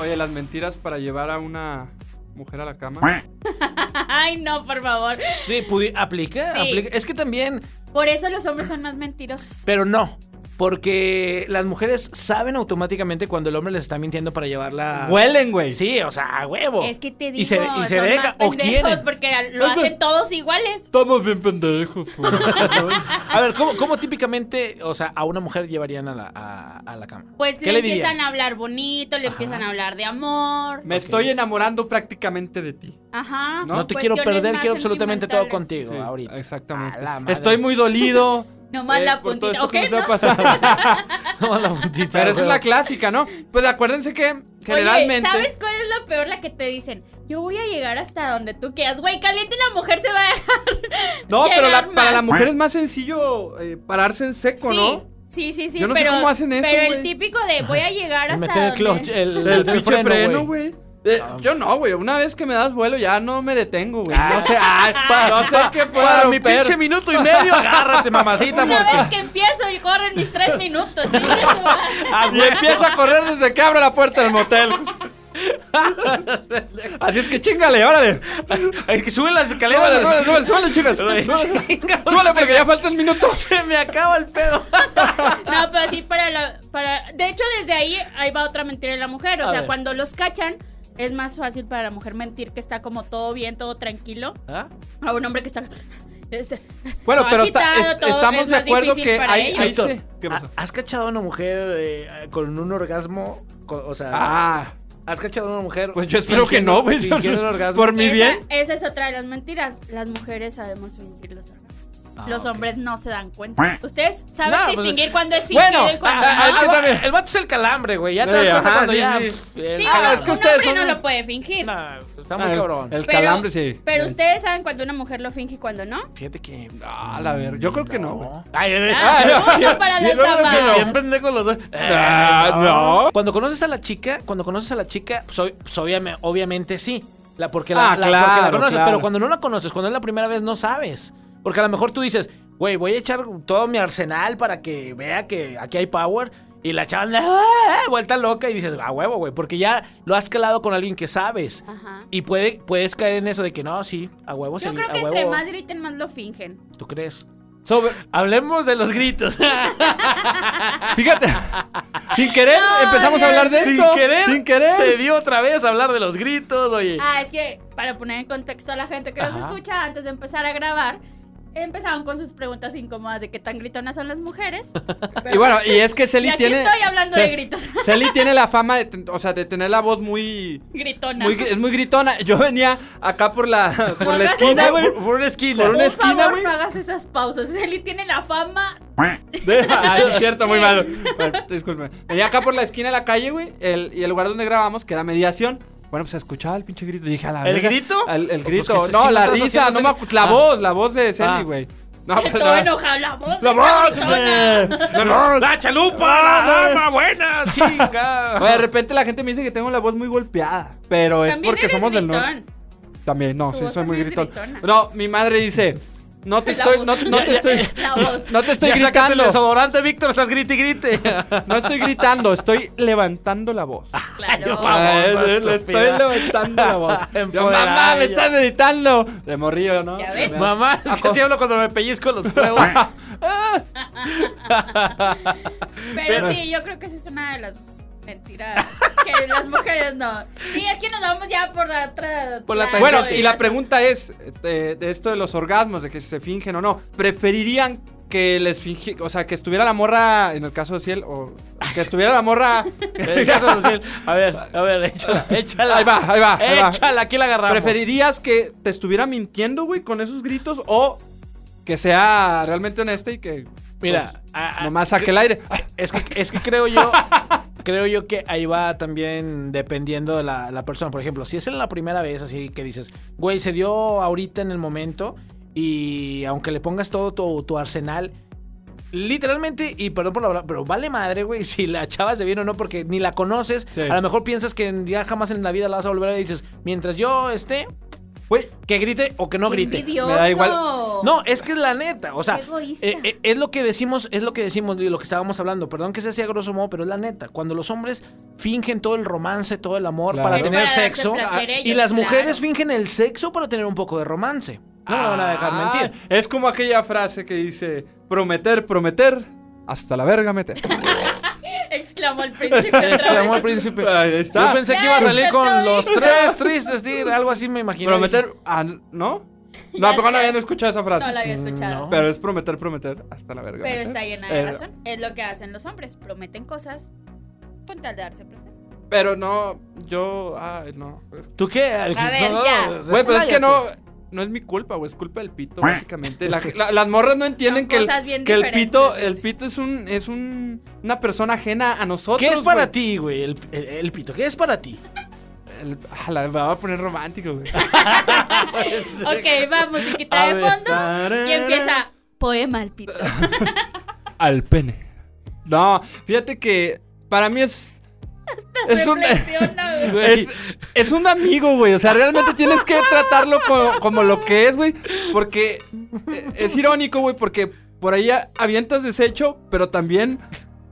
Speaker 5: Oye, las mentiras para llevar a una mujer a la cama.
Speaker 4: <laughs> Ay, no, por favor.
Speaker 3: Sí, pudi- aplica,
Speaker 4: Sí.
Speaker 3: aplica. Es que también
Speaker 4: Por eso los hombres son más mentirosos.
Speaker 3: Pero no, porque las mujeres saben automáticamente cuando el hombre les está mintiendo para llevarla.
Speaker 5: Huelen, güey.
Speaker 3: Sí, o sea, a huevo.
Speaker 4: Es que te digo,
Speaker 3: Y se, y se
Speaker 4: son
Speaker 3: ve
Speaker 4: más
Speaker 3: o
Speaker 4: pendejos
Speaker 3: quieren.
Speaker 4: porque al- lo hacen todos iguales.
Speaker 5: Estamos bien pendejos,
Speaker 3: <laughs>
Speaker 5: güey.
Speaker 3: A ver, ¿cómo, cómo típicamente, o sea, a una mujer llevarían a la, a, a la cama?
Speaker 4: Pues
Speaker 3: ¿Qué
Speaker 4: le,
Speaker 3: le dirían?
Speaker 4: empiezan a hablar bonito, le empiezan a hablar de amor.
Speaker 5: Me estoy enamorando prácticamente de ti.
Speaker 4: Ajá.
Speaker 3: No, te
Speaker 4: cuestiones
Speaker 3: quiero perder,
Speaker 4: más
Speaker 3: quiero absolutamente todo
Speaker 4: sentimentales.
Speaker 3: contigo
Speaker 5: Sí,
Speaker 3: ahorita.
Speaker 5: Exactamente.
Speaker 3: A la madre.
Speaker 5: Estoy
Speaker 4: <laughs>
Speaker 5: muy dolido.
Speaker 4: Nomás
Speaker 5: eh,
Speaker 4: la
Speaker 5: por
Speaker 4: puntita,
Speaker 5: todo esto
Speaker 4: ¿ok?
Speaker 5: que me está
Speaker 4: ¿no? <laughs>
Speaker 5: pasando.
Speaker 3: No, la puntita,
Speaker 5: Pero esa es
Speaker 3: huevo.
Speaker 5: la clásica, ¿no? Pues acuérdense que generalmente.
Speaker 4: Oye, ¿sabes cuál es lo peor? La que te dicen, yo voy a llegar hasta donde tú quieras. Güey, caliente la mujer se va a dejar.
Speaker 5: No, pero la-
Speaker 4: llegar
Speaker 5: para la
Speaker 4: más.
Speaker 5: mujer es más sencillo eh, pararse en seco,
Speaker 4: Sí,
Speaker 5: ¿no?
Speaker 4: sí, sí, sí.
Speaker 5: Yo no sé
Speaker 4: pero,
Speaker 5: cómo hacen eso,
Speaker 4: Pero
Speaker 5: güey.
Speaker 4: el típico de voy
Speaker 3: <laughs>
Speaker 4: a llegar
Speaker 3: Y
Speaker 4: hasta
Speaker 3: meter el
Speaker 4: donde...
Speaker 3: clutch, el,
Speaker 5: El
Speaker 3: meter el
Speaker 5: pinche freno,
Speaker 3: freno, güey. Ah.
Speaker 5: güey. Eh, yo no, güey. Una vez que me das vuelo, ya no me detengo, güey.
Speaker 3: Ah,
Speaker 5: No sé,
Speaker 3: <laughs>
Speaker 5: ay, no sé qué puedo
Speaker 3: Para mi
Speaker 5: romper.
Speaker 3: pinche minuto y medio, agárrate,
Speaker 4: <laughs>
Speaker 3: mamacita,
Speaker 4: <laughs> Una
Speaker 3: porque-
Speaker 4: vez que empiezo y corren mis tres minutos. ¿sí?
Speaker 3: Ah,
Speaker 5: Y
Speaker 3: güey.
Speaker 5: empiezo a correr desde que abro la puerta
Speaker 3: <laughs>
Speaker 5: del motel. Así es que chingale, órale.
Speaker 3: Es que suben las
Speaker 5: Súbale,
Speaker 3: escaleras.
Speaker 5: súbale, súbale, súbale, chicas.
Speaker 3: Ay,
Speaker 5: Súbale,
Speaker 3: chinga,
Speaker 5: súbale, porque ya faltan minutos.
Speaker 3: Se me acaba el pedo.
Speaker 4: No, pero sí para la... Para... De hecho, desde ahí, ahí va otra mentira de la mujer. O
Speaker 3: A
Speaker 4: sea,
Speaker 3: ver.
Speaker 4: cuando los cachan, es más fácil para la mujer mentir que está como todo bien, todo tranquilo.
Speaker 5: ¿Ah?
Speaker 4: A un hombre que está... este,
Speaker 5: Bueno,
Speaker 4: todo
Speaker 5: pero está-
Speaker 4: agitado,
Speaker 5: es-
Speaker 4: todo,
Speaker 5: estamos
Speaker 4: es
Speaker 5: de
Speaker 4: más
Speaker 5: acuerdo
Speaker 4: difícil
Speaker 5: que
Speaker 4: para
Speaker 5: hay-
Speaker 4: ellos.
Speaker 5: hay-
Speaker 3: Víctor,
Speaker 5: sí. ¿Qué pasó?
Speaker 3: ¿ha- ¿Has cachado a una mujer eh, con un orgasmo? Co- o sea,
Speaker 5: Ah,
Speaker 3: ¿has cachado a una mujer?
Speaker 5: pues yo espero que
Speaker 3: fingiendo-
Speaker 5: no, güey.
Speaker 3: fingiendo el orgasmo.
Speaker 5: Por mi
Speaker 4: Esa-
Speaker 5: bien.
Speaker 4: Esa es otra de las mentiras. Las mujeres sabemos fingir los hombres.
Speaker 5: Ah,
Speaker 4: los hombres no se dan cuenta. Ustedes saben
Speaker 3: No, pues,
Speaker 4: distinguir cuando es fingido
Speaker 5: bueno,
Speaker 4: y cuando
Speaker 5: ah, ah,
Speaker 4: no.
Speaker 5: es que
Speaker 3: va-
Speaker 5: también-
Speaker 3: el vato es el calambre, güey. Ya te
Speaker 5: Sí,
Speaker 3: das cuenta
Speaker 5: ajá,
Speaker 3: cuando
Speaker 5: sí,
Speaker 3: ya.
Speaker 5: sí.
Speaker 3: el
Speaker 4: Sí,
Speaker 5: Ah,
Speaker 3: calambre.
Speaker 5: es que
Speaker 4: un
Speaker 5: ustedes
Speaker 4: hombre
Speaker 5: son-
Speaker 4: no lo puede fingir.
Speaker 3: No, está muy
Speaker 5: Ah, el-
Speaker 3: cabrón.
Speaker 5: El
Speaker 4: Pero-
Speaker 5: calambre, sí.
Speaker 4: Pero
Speaker 5: El-
Speaker 4: ustedes saben cuando una mujer lo finge y cuando no.
Speaker 3: Fíjate que.
Speaker 5: Ah, la ver. Yo creo que no,
Speaker 4: Mm,
Speaker 5: güey.
Speaker 3: Ay, ay, ay,
Speaker 4: Ah, punto para los
Speaker 3: Bien,
Speaker 4: damas.
Speaker 3: bien pendejos los dos.
Speaker 5: Ah, no.
Speaker 3: Cuando conoces a la chica, cuando conoces a la chica, pues, ob- pues, obviame- obviamente sí. La, porque,
Speaker 5: Ah,
Speaker 3: la, la- porque la
Speaker 5: claro,
Speaker 3: conoces,
Speaker 5: claro.
Speaker 3: pero cuando no la conoces, cuando es la primera vez, no sabes. Porque a lo mejor tú dices, güey, voy a echar todo mi arsenal para que vea que aquí hay power. Y la chava anda "Ah", vuelta loca y dices, a huevo, güey, porque ya lo has calado con alguien que sabes.
Speaker 4: Ajá.
Speaker 3: Y puede, puedes caer en eso de que no, sí, a huevo, se-
Speaker 4: Yo creo
Speaker 3: a
Speaker 4: que
Speaker 3: huevo.
Speaker 4: entre más griten, más lo fingen.
Speaker 3: ¿Tú crees? Sobre- hablemos de los gritos.
Speaker 5: <laughs>
Speaker 3: <laughs>
Speaker 5: Fíjate. Sin querer,
Speaker 4: No,
Speaker 5: empezamos a
Speaker 4: ya.
Speaker 5: hablar de
Speaker 3: sin
Speaker 5: esto.
Speaker 3: querer,
Speaker 5: Sin querer.
Speaker 3: se dio otra vez a hablar de los gritos, oye.
Speaker 4: Ah, es que para poner en contexto a la gente que nos
Speaker 3: Ajá.
Speaker 4: escucha, antes de empezar a grabar, empezaron con sus preguntas incómodas de qué tan gritonas son las mujeres.
Speaker 5: Y bueno, y es que
Speaker 4: y
Speaker 5: <laughs> Celi
Speaker 4: aquí
Speaker 5: tiene.
Speaker 4: estoy hablando
Speaker 5: Ce-
Speaker 4: de gritos.
Speaker 5: <laughs>
Speaker 4: <laughs>
Speaker 5: Celi tiene la fama de, ten- o sea, de tener la voz muy,
Speaker 4: Gritona.
Speaker 5: muy, es muy gritona. Yo venía acá por la, por la
Speaker 4: hagas
Speaker 5: esquina,
Speaker 4: esas-
Speaker 5: güey.
Speaker 3: por, por una esquina.
Speaker 5: por una-
Speaker 4: Por
Speaker 5: esquina,
Speaker 4: favor,
Speaker 5: güey.
Speaker 4: no hagas esas pausas. Eli tiene la fama.
Speaker 5: De- Ay, es cierto, muy
Speaker 4: Sí.
Speaker 5: malo. Bueno, disculpe. Venía acá por la esquina de la calle, güey. El, y el lugar donde grabamos, que era mediación. Bueno, pues escuchaba el pinche grito. Y dije, a la
Speaker 3: ¿El
Speaker 5: verga.
Speaker 3: grito?
Speaker 5: El, el
Speaker 3: Pues,
Speaker 5: grito.
Speaker 3: ¿qué
Speaker 5: no,
Speaker 3: chingo
Speaker 5: la
Speaker 3: estás
Speaker 5: risa.
Speaker 3: haciendo,
Speaker 5: No me
Speaker 3: Celi?
Speaker 5: acu- la
Speaker 3: Ah.
Speaker 5: voz, la voz de Celi,
Speaker 3: Ah.
Speaker 5: güey. No, pues,
Speaker 4: todo
Speaker 5: no.
Speaker 4: enojado. La voz. La
Speaker 5: La voz,
Speaker 3: ¡La Eh. ¡Ah,
Speaker 5: Ah,
Speaker 3: chalupa! ¡Dama buena!
Speaker 5: <laughs>
Speaker 3: ¡Chinga!
Speaker 5: Oye, de repente la gente me dice que tengo la voz muy golpeada. Pero es Pues porque somos del norte. <laughs> También, no,
Speaker 4: Tu
Speaker 5: sí,
Speaker 4: voz
Speaker 5: soy muy
Speaker 4: también es
Speaker 5: gritón.
Speaker 4: gritona.
Speaker 5: No, mi madre dice, no te
Speaker 4: La
Speaker 5: estoy,
Speaker 4: voz.
Speaker 5: no, no te estoy,
Speaker 4: <laughs> La voz.
Speaker 5: no te estoy
Speaker 3: ya sácate el
Speaker 5: gritando,
Speaker 3: desodorante, Víctor. Estás grite y
Speaker 5: <laughs>
Speaker 3: grite.
Speaker 5: no estoy gritando, estoy levantando la voz.
Speaker 4: Claro.
Speaker 3: Vamos,
Speaker 5: Ah, es- es-
Speaker 3: estúpida.
Speaker 5: le estoy levantando la voz.
Speaker 3: <laughs>
Speaker 5: Yo,
Speaker 3: Empoderada
Speaker 5: mamá,
Speaker 3: ella.
Speaker 5: me estás gritando. De morrillo, ¿no?
Speaker 4: Ya ven.
Speaker 3: Mamá, es que
Speaker 5: Ah,
Speaker 3: así hablo cuando me pellizco los
Speaker 5: <laughs>
Speaker 3: huevos.
Speaker 4: Pero, sí, yo creo que esa es una de las mentiras que las mujeres no. Sí, es que nos vamos ya por la otra.
Speaker 3: Por la
Speaker 4: otra-
Speaker 5: Bueno,
Speaker 4: otra-
Speaker 5: y la pregunta es, eh, de esto de los orgasmos, de que si se fingen o no, ¿preferirían que les fingi, o sea, que estuviera la morra, en el caso de Ciel, o que estuviera la morra...
Speaker 3: El caso social. A ver, a ver, échala, échala.
Speaker 5: Ahí va, ahí va, ahí va.
Speaker 3: Échala, aquí la agarramos.
Speaker 5: ¿Preferirías que te estuviera mintiendo, güey, con esos gritos o que sea realmente honesta y que
Speaker 3: Mira,
Speaker 5: pues,
Speaker 3: a- a-
Speaker 5: nomás saque el aire?
Speaker 3: Es que, es que creo
Speaker 5: <laughs>
Speaker 3: yo. creo yo que ahí va también dependiendo de la, la persona. Por ejemplo, si es en la primera vez así que dices, güey, se dio ahorita en el momento. Y aunque le pongas todo tu, tu arsenal. Literalmente, y perdón por la palabra, pero vale madre, güey, <laughs> si la chava se viene o no, porque ni la conoces.
Speaker 5: Sí.
Speaker 3: A lo mejor piensas que ya jamás en la vida la vas a volver a ver y dices, mientras yo esté,
Speaker 5: Güey,
Speaker 3: que grite o que no
Speaker 4: Qué
Speaker 3: grite.
Speaker 4: envidioso.
Speaker 5: Me da igual.
Speaker 3: No, es que es la neta, o sea,
Speaker 4: Qué egoísta.
Speaker 3: eh, eh, es lo que decimos, es lo que decimos y lo que estábamos hablando, perdón que se sea grosso modo, pero es la neta, cuando los hombres fingen todo el romance, todo el amor
Speaker 5: Claro.
Speaker 3: para
Speaker 5: Es
Speaker 3: tener
Speaker 4: para darse
Speaker 3: sexo ah,
Speaker 4: placer ellos,
Speaker 3: y las
Speaker 4: claro.
Speaker 3: mujeres fingen el sexo para tener un poco de romance. No me van a dejar
Speaker 5: ah,
Speaker 3: mentir.
Speaker 5: Es como aquella frase que dice, prometer, prometer, hasta la verga meter.
Speaker 4: Exclamó el príncipe. otra
Speaker 3: Exclamó el
Speaker 4: vez.
Speaker 3: príncipe.
Speaker 5: Ahí está.
Speaker 3: Yo pensé que iba a
Speaker 4: Ya,
Speaker 3: salir
Speaker 4: ya
Speaker 3: con
Speaker 4: te
Speaker 3: los
Speaker 4: oí.
Speaker 3: tres tristes, tigres, algo así me imagino.
Speaker 5: prometer, ah, <laughs> ¿no? No,
Speaker 4: Ya
Speaker 5: a poco no
Speaker 4: sé.
Speaker 5: habían escuchado esa frase.
Speaker 4: No la había escuchado.
Speaker 5: Pero es prometer, prometer, hasta la verga
Speaker 4: Pero
Speaker 5: meter.
Speaker 4: está llena
Speaker 5: Eh,
Speaker 4: de razón. Es lo que hacen los hombres. Prometen cosas con tal de darse placer.
Speaker 5: Pero no, yo, ay, no.
Speaker 3: ¿Tú qué?
Speaker 4: A ver, ya.
Speaker 5: Güey, pero es que
Speaker 3: expláyate.
Speaker 5: no. No es mi culpa, güey, es culpa del pito, básicamente. La- la- las morras no entienden
Speaker 4: Son
Speaker 5: que, el,
Speaker 4: cosas bien
Speaker 5: que el
Speaker 4: diferentes.
Speaker 5: pito, el pito es un, es un, una persona ajena a nosotros.
Speaker 3: ¿Qué es para
Speaker 5: güey.
Speaker 3: ti, güey? El, el- el pito, ¿qué es para ti?
Speaker 5: El- ah, la me va a poner romántico, güey.
Speaker 4: Ok, va, musiquita
Speaker 5: A
Speaker 4: de
Speaker 5: ver.
Speaker 4: fondo. Y empieza poema al pito.
Speaker 5: Al pene. No, fíjate que para mí es. Es un, <laughs>
Speaker 4: Reflexiona, güey.
Speaker 5: es, es un amigo, güey. O sea, realmente tienes que tratarlo co- como lo que es, güey. Porque eh, es irónico, güey, porque por ahí a- avientas desecho, pero también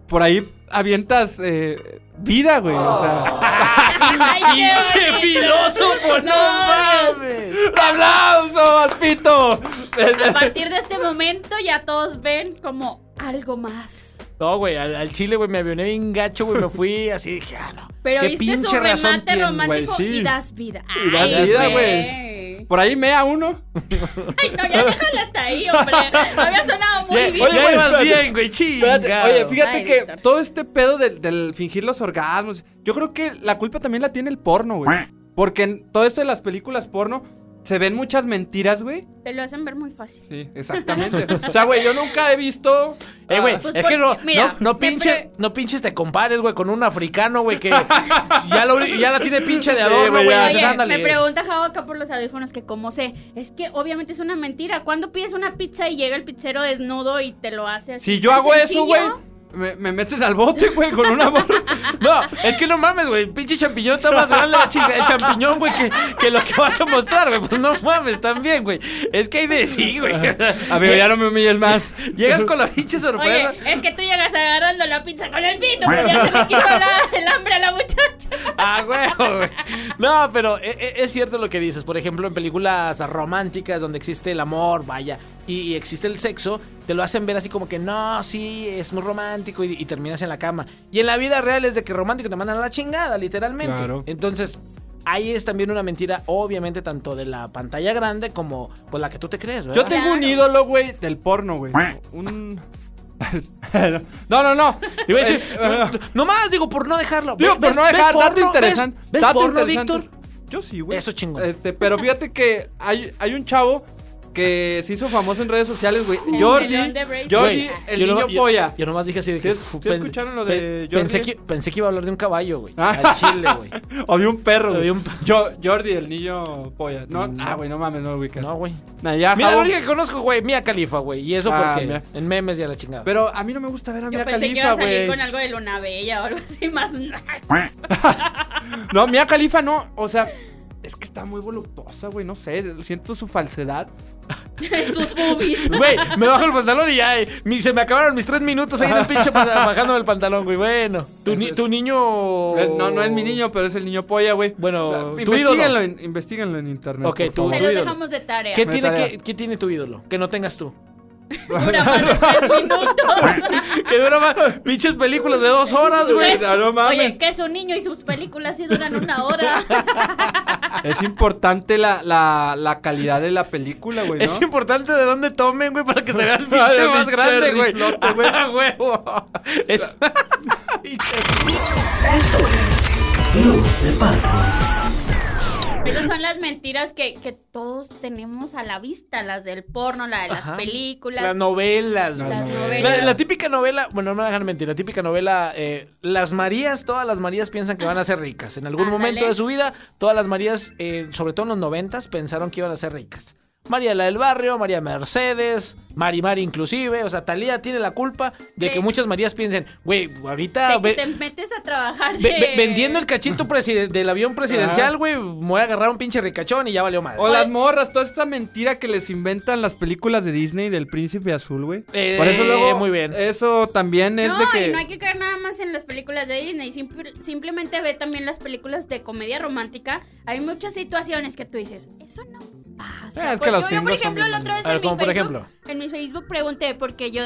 Speaker 5: por ahí avientas eh, vida, güey. O sea.
Speaker 4: <laughs> Ay, qué bonito.
Speaker 3: filósofo!
Speaker 4: No,
Speaker 5: ¡Aplausos, Pito!
Speaker 4: A partir de este momento ya todos ven como algo más.
Speaker 3: No, güey, al, al chile, güey, me avioné bien gacho, güey, me fui así, dije, ah, no.
Speaker 4: Pero
Speaker 3: ¿Qué
Speaker 4: viste su
Speaker 3: pinche razón
Speaker 4: remate
Speaker 3: tiene,
Speaker 4: romántico
Speaker 5: güey? Sí.
Speaker 4: y das vida.
Speaker 5: Y das
Speaker 4: Ay,
Speaker 5: vida,
Speaker 4: güey.
Speaker 5: Por ahí mea uno.
Speaker 4: Ay, no, ya déjala hasta ahí, hombre. Había sonado muy
Speaker 3: Ya-
Speaker 4: bien.
Speaker 5: oye,
Speaker 3: ya
Speaker 5: güey,
Speaker 3: ibas
Speaker 5: espérate.
Speaker 3: bien, güey, chinga.
Speaker 5: Espérate, oye, pues, fíjate
Speaker 4: Ay,
Speaker 5: que
Speaker 4: Víctor.
Speaker 5: todo este pedo del, del fingir los orgasmos, yo creo que la culpa también la tiene el porno, güey. Porque en todo esto de las películas porno se ven muchas mentiras, güey.
Speaker 4: Te lo hacen ver muy fácil.
Speaker 5: Sí, exactamente. o sea, güey, yo nunca he visto.
Speaker 3: Eh, güey,
Speaker 5: ah,
Speaker 4: Pues
Speaker 3: es que no,
Speaker 4: porque, mira,
Speaker 3: no, no
Speaker 4: me
Speaker 3: pinches,
Speaker 4: pre-
Speaker 3: no pinches te compares, güey, con un africano, güey, que ya, lo- ya la tiene pinche de adorno,
Speaker 5: güey,
Speaker 3: güey,
Speaker 5: ya.
Speaker 3: dices,
Speaker 4: Oye,
Speaker 3: ándale.
Speaker 4: me pregunta Jao acá por los audífonos que cómo sé. Es que obviamente es una mentira. ¿Cuándo pides una pizza y llega el pizzero desnudo y te lo hace así?
Speaker 5: Si yo
Speaker 4: tan
Speaker 5: hago eso,
Speaker 4: sencillo?
Speaker 5: güey, me, me meten al bote, güey, con una morra.
Speaker 3: No, es que no mames, güey. El pinche champiñón está más grande la chinga- el champiñón, güey, que, que lo que vas a mostrar, güey. Pues no mames, también, güey. Es que hay de sí, güey.
Speaker 5: Amigo, ya no me humilles más.
Speaker 3: Llegas con la pinche sorpresa.
Speaker 4: Oye, es que tú llegas agarrando la pizza con el pito, pues ya se le quitó la- el hambre a la muchacha.
Speaker 3: Ah, güey, güey. No, pero e- e- es cierto lo que dices. Por ejemplo, en películas románticas donde existe el amor, vaya, y, y existe el sexo, te lo hacen ver así como que no, sí, es muy romántico y, y terminas en la cama. Y en la vida real es de que romántico te mandan a la chingada, literalmente.
Speaker 5: Claro.
Speaker 3: Entonces. Ahí es también una mentira, obviamente, tanto de la pantalla grande como pues la que tú te crees, ¿verdad?
Speaker 5: Yo tengo un
Speaker 4: Claro.
Speaker 5: ídolo, güey, del porno, güey. Un. <laughs> No, no, no.
Speaker 3: Y voy a decir,
Speaker 5: Eh, eh,
Speaker 3: no- nomás digo por no dejarlo.
Speaker 5: Digo,
Speaker 3: ¿Ves-
Speaker 5: por no
Speaker 3: ves
Speaker 5: dejar dato
Speaker 3: porno?
Speaker 5: interesante.
Speaker 3: ¿Ves, ves
Speaker 5: dato
Speaker 3: porno,
Speaker 5: interesante.
Speaker 3: Víctor?
Speaker 5: Yo sí, güey.
Speaker 3: Eso chingón.
Speaker 5: Este, pero fíjate que hay, hay un chavo que se hizo famoso en redes sociales, güey. Jordi.
Speaker 4: melón de Brace.
Speaker 5: Jordi,
Speaker 3: Güey,
Speaker 5: el
Speaker 3: yo
Speaker 5: niño
Speaker 3: nomás- yo-
Speaker 5: polla.
Speaker 3: Yo, nomás dije así de
Speaker 5: ¿Sí
Speaker 3: que.
Speaker 5: es-
Speaker 3: fu-
Speaker 5: sí escucharon lo de Jordi?
Speaker 3: Pensé que, pensé que iba a hablar de un caballo, güey.
Speaker 5: Ah.
Speaker 3: Al chile, <laughs> güey.
Speaker 5: O de un perro.
Speaker 3: O de
Speaker 5: güey.
Speaker 3: un perro.
Speaker 5: Yo- Jordi, el niño polla. No,
Speaker 3: No.
Speaker 5: ah, güey, no mames, no lo ubicas.
Speaker 3: No, güey.
Speaker 5: Nah, ya,
Speaker 3: Mira, la
Speaker 5: jabo.
Speaker 3: única que conozco, güey, Mía Califa, güey. Y eso
Speaker 5: Ah,
Speaker 3: porque
Speaker 5: mira.
Speaker 3: en memes y a la chingada.
Speaker 5: Pero a mí no me gusta ver a
Speaker 4: Yo
Speaker 5: Mia
Speaker 4: pensé que iba
Speaker 5: Califa,
Speaker 4: a salir
Speaker 5: güey.
Speaker 4: con algo de Luna Bella o algo así más. <laughs>
Speaker 5: No, Mia Califa no. O sea, es que está muy voluptuosa, güey. No sé, siento su falsedad.
Speaker 4: en sus
Speaker 3: <laughs>
Speaker 4: boobies.
Speaker 3: Güey, me bajo el pantalón y ya, eh, mi- se me acabaron mis tres minutos <laughs> ahí en el pinche pantalón, bajándome el pantalón, güey. Bueno, tu, ni-
Speaker 5: Eso es.
Speaker 3: tu niño.
Speaker 5: Eh, No, no es mi niño, pero es el niño polla, güey.
Speaker 3: Bueno,
Speaker 5: La-
Speaker 3: tu
Speaker 5: investiguenlo, en, investiguenlo en internet.
Speaker 3: Ok,
Speaker 5: por
Speaker 3: tú-
Speaker 5: favor.
Speaker 4: Se
Speaker 3: tu
Speaker 4: los
Speaker 3: ídolo.
Speaker 4: dejamos de tarea.
Speaker 3: ¿Qué
Speaker 5: Me
Speaker 3: tiene,
Speaker 5: tarea.
Speaker 3: que- ¿Qué tiene tu ídolo? Que no tengas tú.
Speaker 4: Dura más de tres
Speaker 5: <laughs>
Speaker 4: minutos.
Speaker 3: <laughs> que dura más pinches películas de dos horas, güey.
Speaker 4: Pues,
Speaker 5: no, no mames.
Speaker 4: Oye, que es un niño y sus películas sí duran una
Speaker 3: <laughs>
Speaker 4: hora.
Speaker 5: Es importante la, la, la calidad de la película, güey. ¿no?
Speaker 3: Es
Speaker 5: <laughs>
Speaker 3: importante de dónde tomen, güey, <laughs> para que se vea el
Speaker 5: Ah,
Speaker 3: pinche
Speaker 5: el
Speaker 3: más
Speaker 5: pinche
Speaker 3: grande, güey. <laughs>
Speaker 5: riflote, güey.
Speaker 3: Ah, huevo. Es-
Speaker 6: Esto es Club de Patos.
Speaker 4: Esas son las mentiras que, que todos tenemos a la vista, las del porno, la de las
Speaker 3: Ajá.
Speaker 4: películas.
Speaker 3: Las novelas, güey.
Speaker 4: Las
Speaker 3: La,
Speaker 4: novelas.
Speaker 3: la típica novela, bueno, no me dejan mentir, la típica novela, eh, las Marías, todas las Marías piensan que van a ser ricas. En algún
Speaker 4: Ándale.
Speaker 3: momento de su vida, todas las Marías, eh, sobre todo en los noventas, pensaron que iban a ser ricas. María la del barrio, María Mercedes, Mari Mari inclusive, o sea, Talía tiene la culpa de
Speaker 4: Sí.
Speaker 3: que muchas Marías piensen, güey, ahorita...
Speaker 4: De que
Speaker 3: ve-
Speaker 4: te metes a trabajar de...
Speaker 3: Ve- ve- vendiendo el cachito presiden- del avión presidencial,
Speaker 5: Ah.
Speaker 3: güey, me voy a agarrar un pinche ricachón y ya valió madre.
Speaker 5: O las morras, toda esta mentira que les inventan las películas de Disney del príncipe azul, güey.
Speaker 3: Eh,
Speaker 5: Por eso luego.
Speaker 3: muy bien.
Speaker 5: Eso también es
Speaker 4: No,
Speaker 5: de
Speaker 4: y
Speaker 5: que.
Speaker 4: no hay que caer nada más en las películas de Disney. simp- simplemente ve también las películas de comedia romántica. Hay muchas situaciones que tú dices, eso no pasa.
Speaker 3: Ah,
Speaker 5: Eh, es que
Speaker 4: Porque
Speaker 5: los
Speaker 4: yo, por
Speaker 5: gringos son
Speaker 4: ejemplo,
Speaker 5: bien
Speaker 4: la otra vez
Speaker 3: A ver,
Speaker 4: en mi
Speaker 3: ¿cómo por
Speaker 4: Facebook, en mi Facebook pregunté porque yo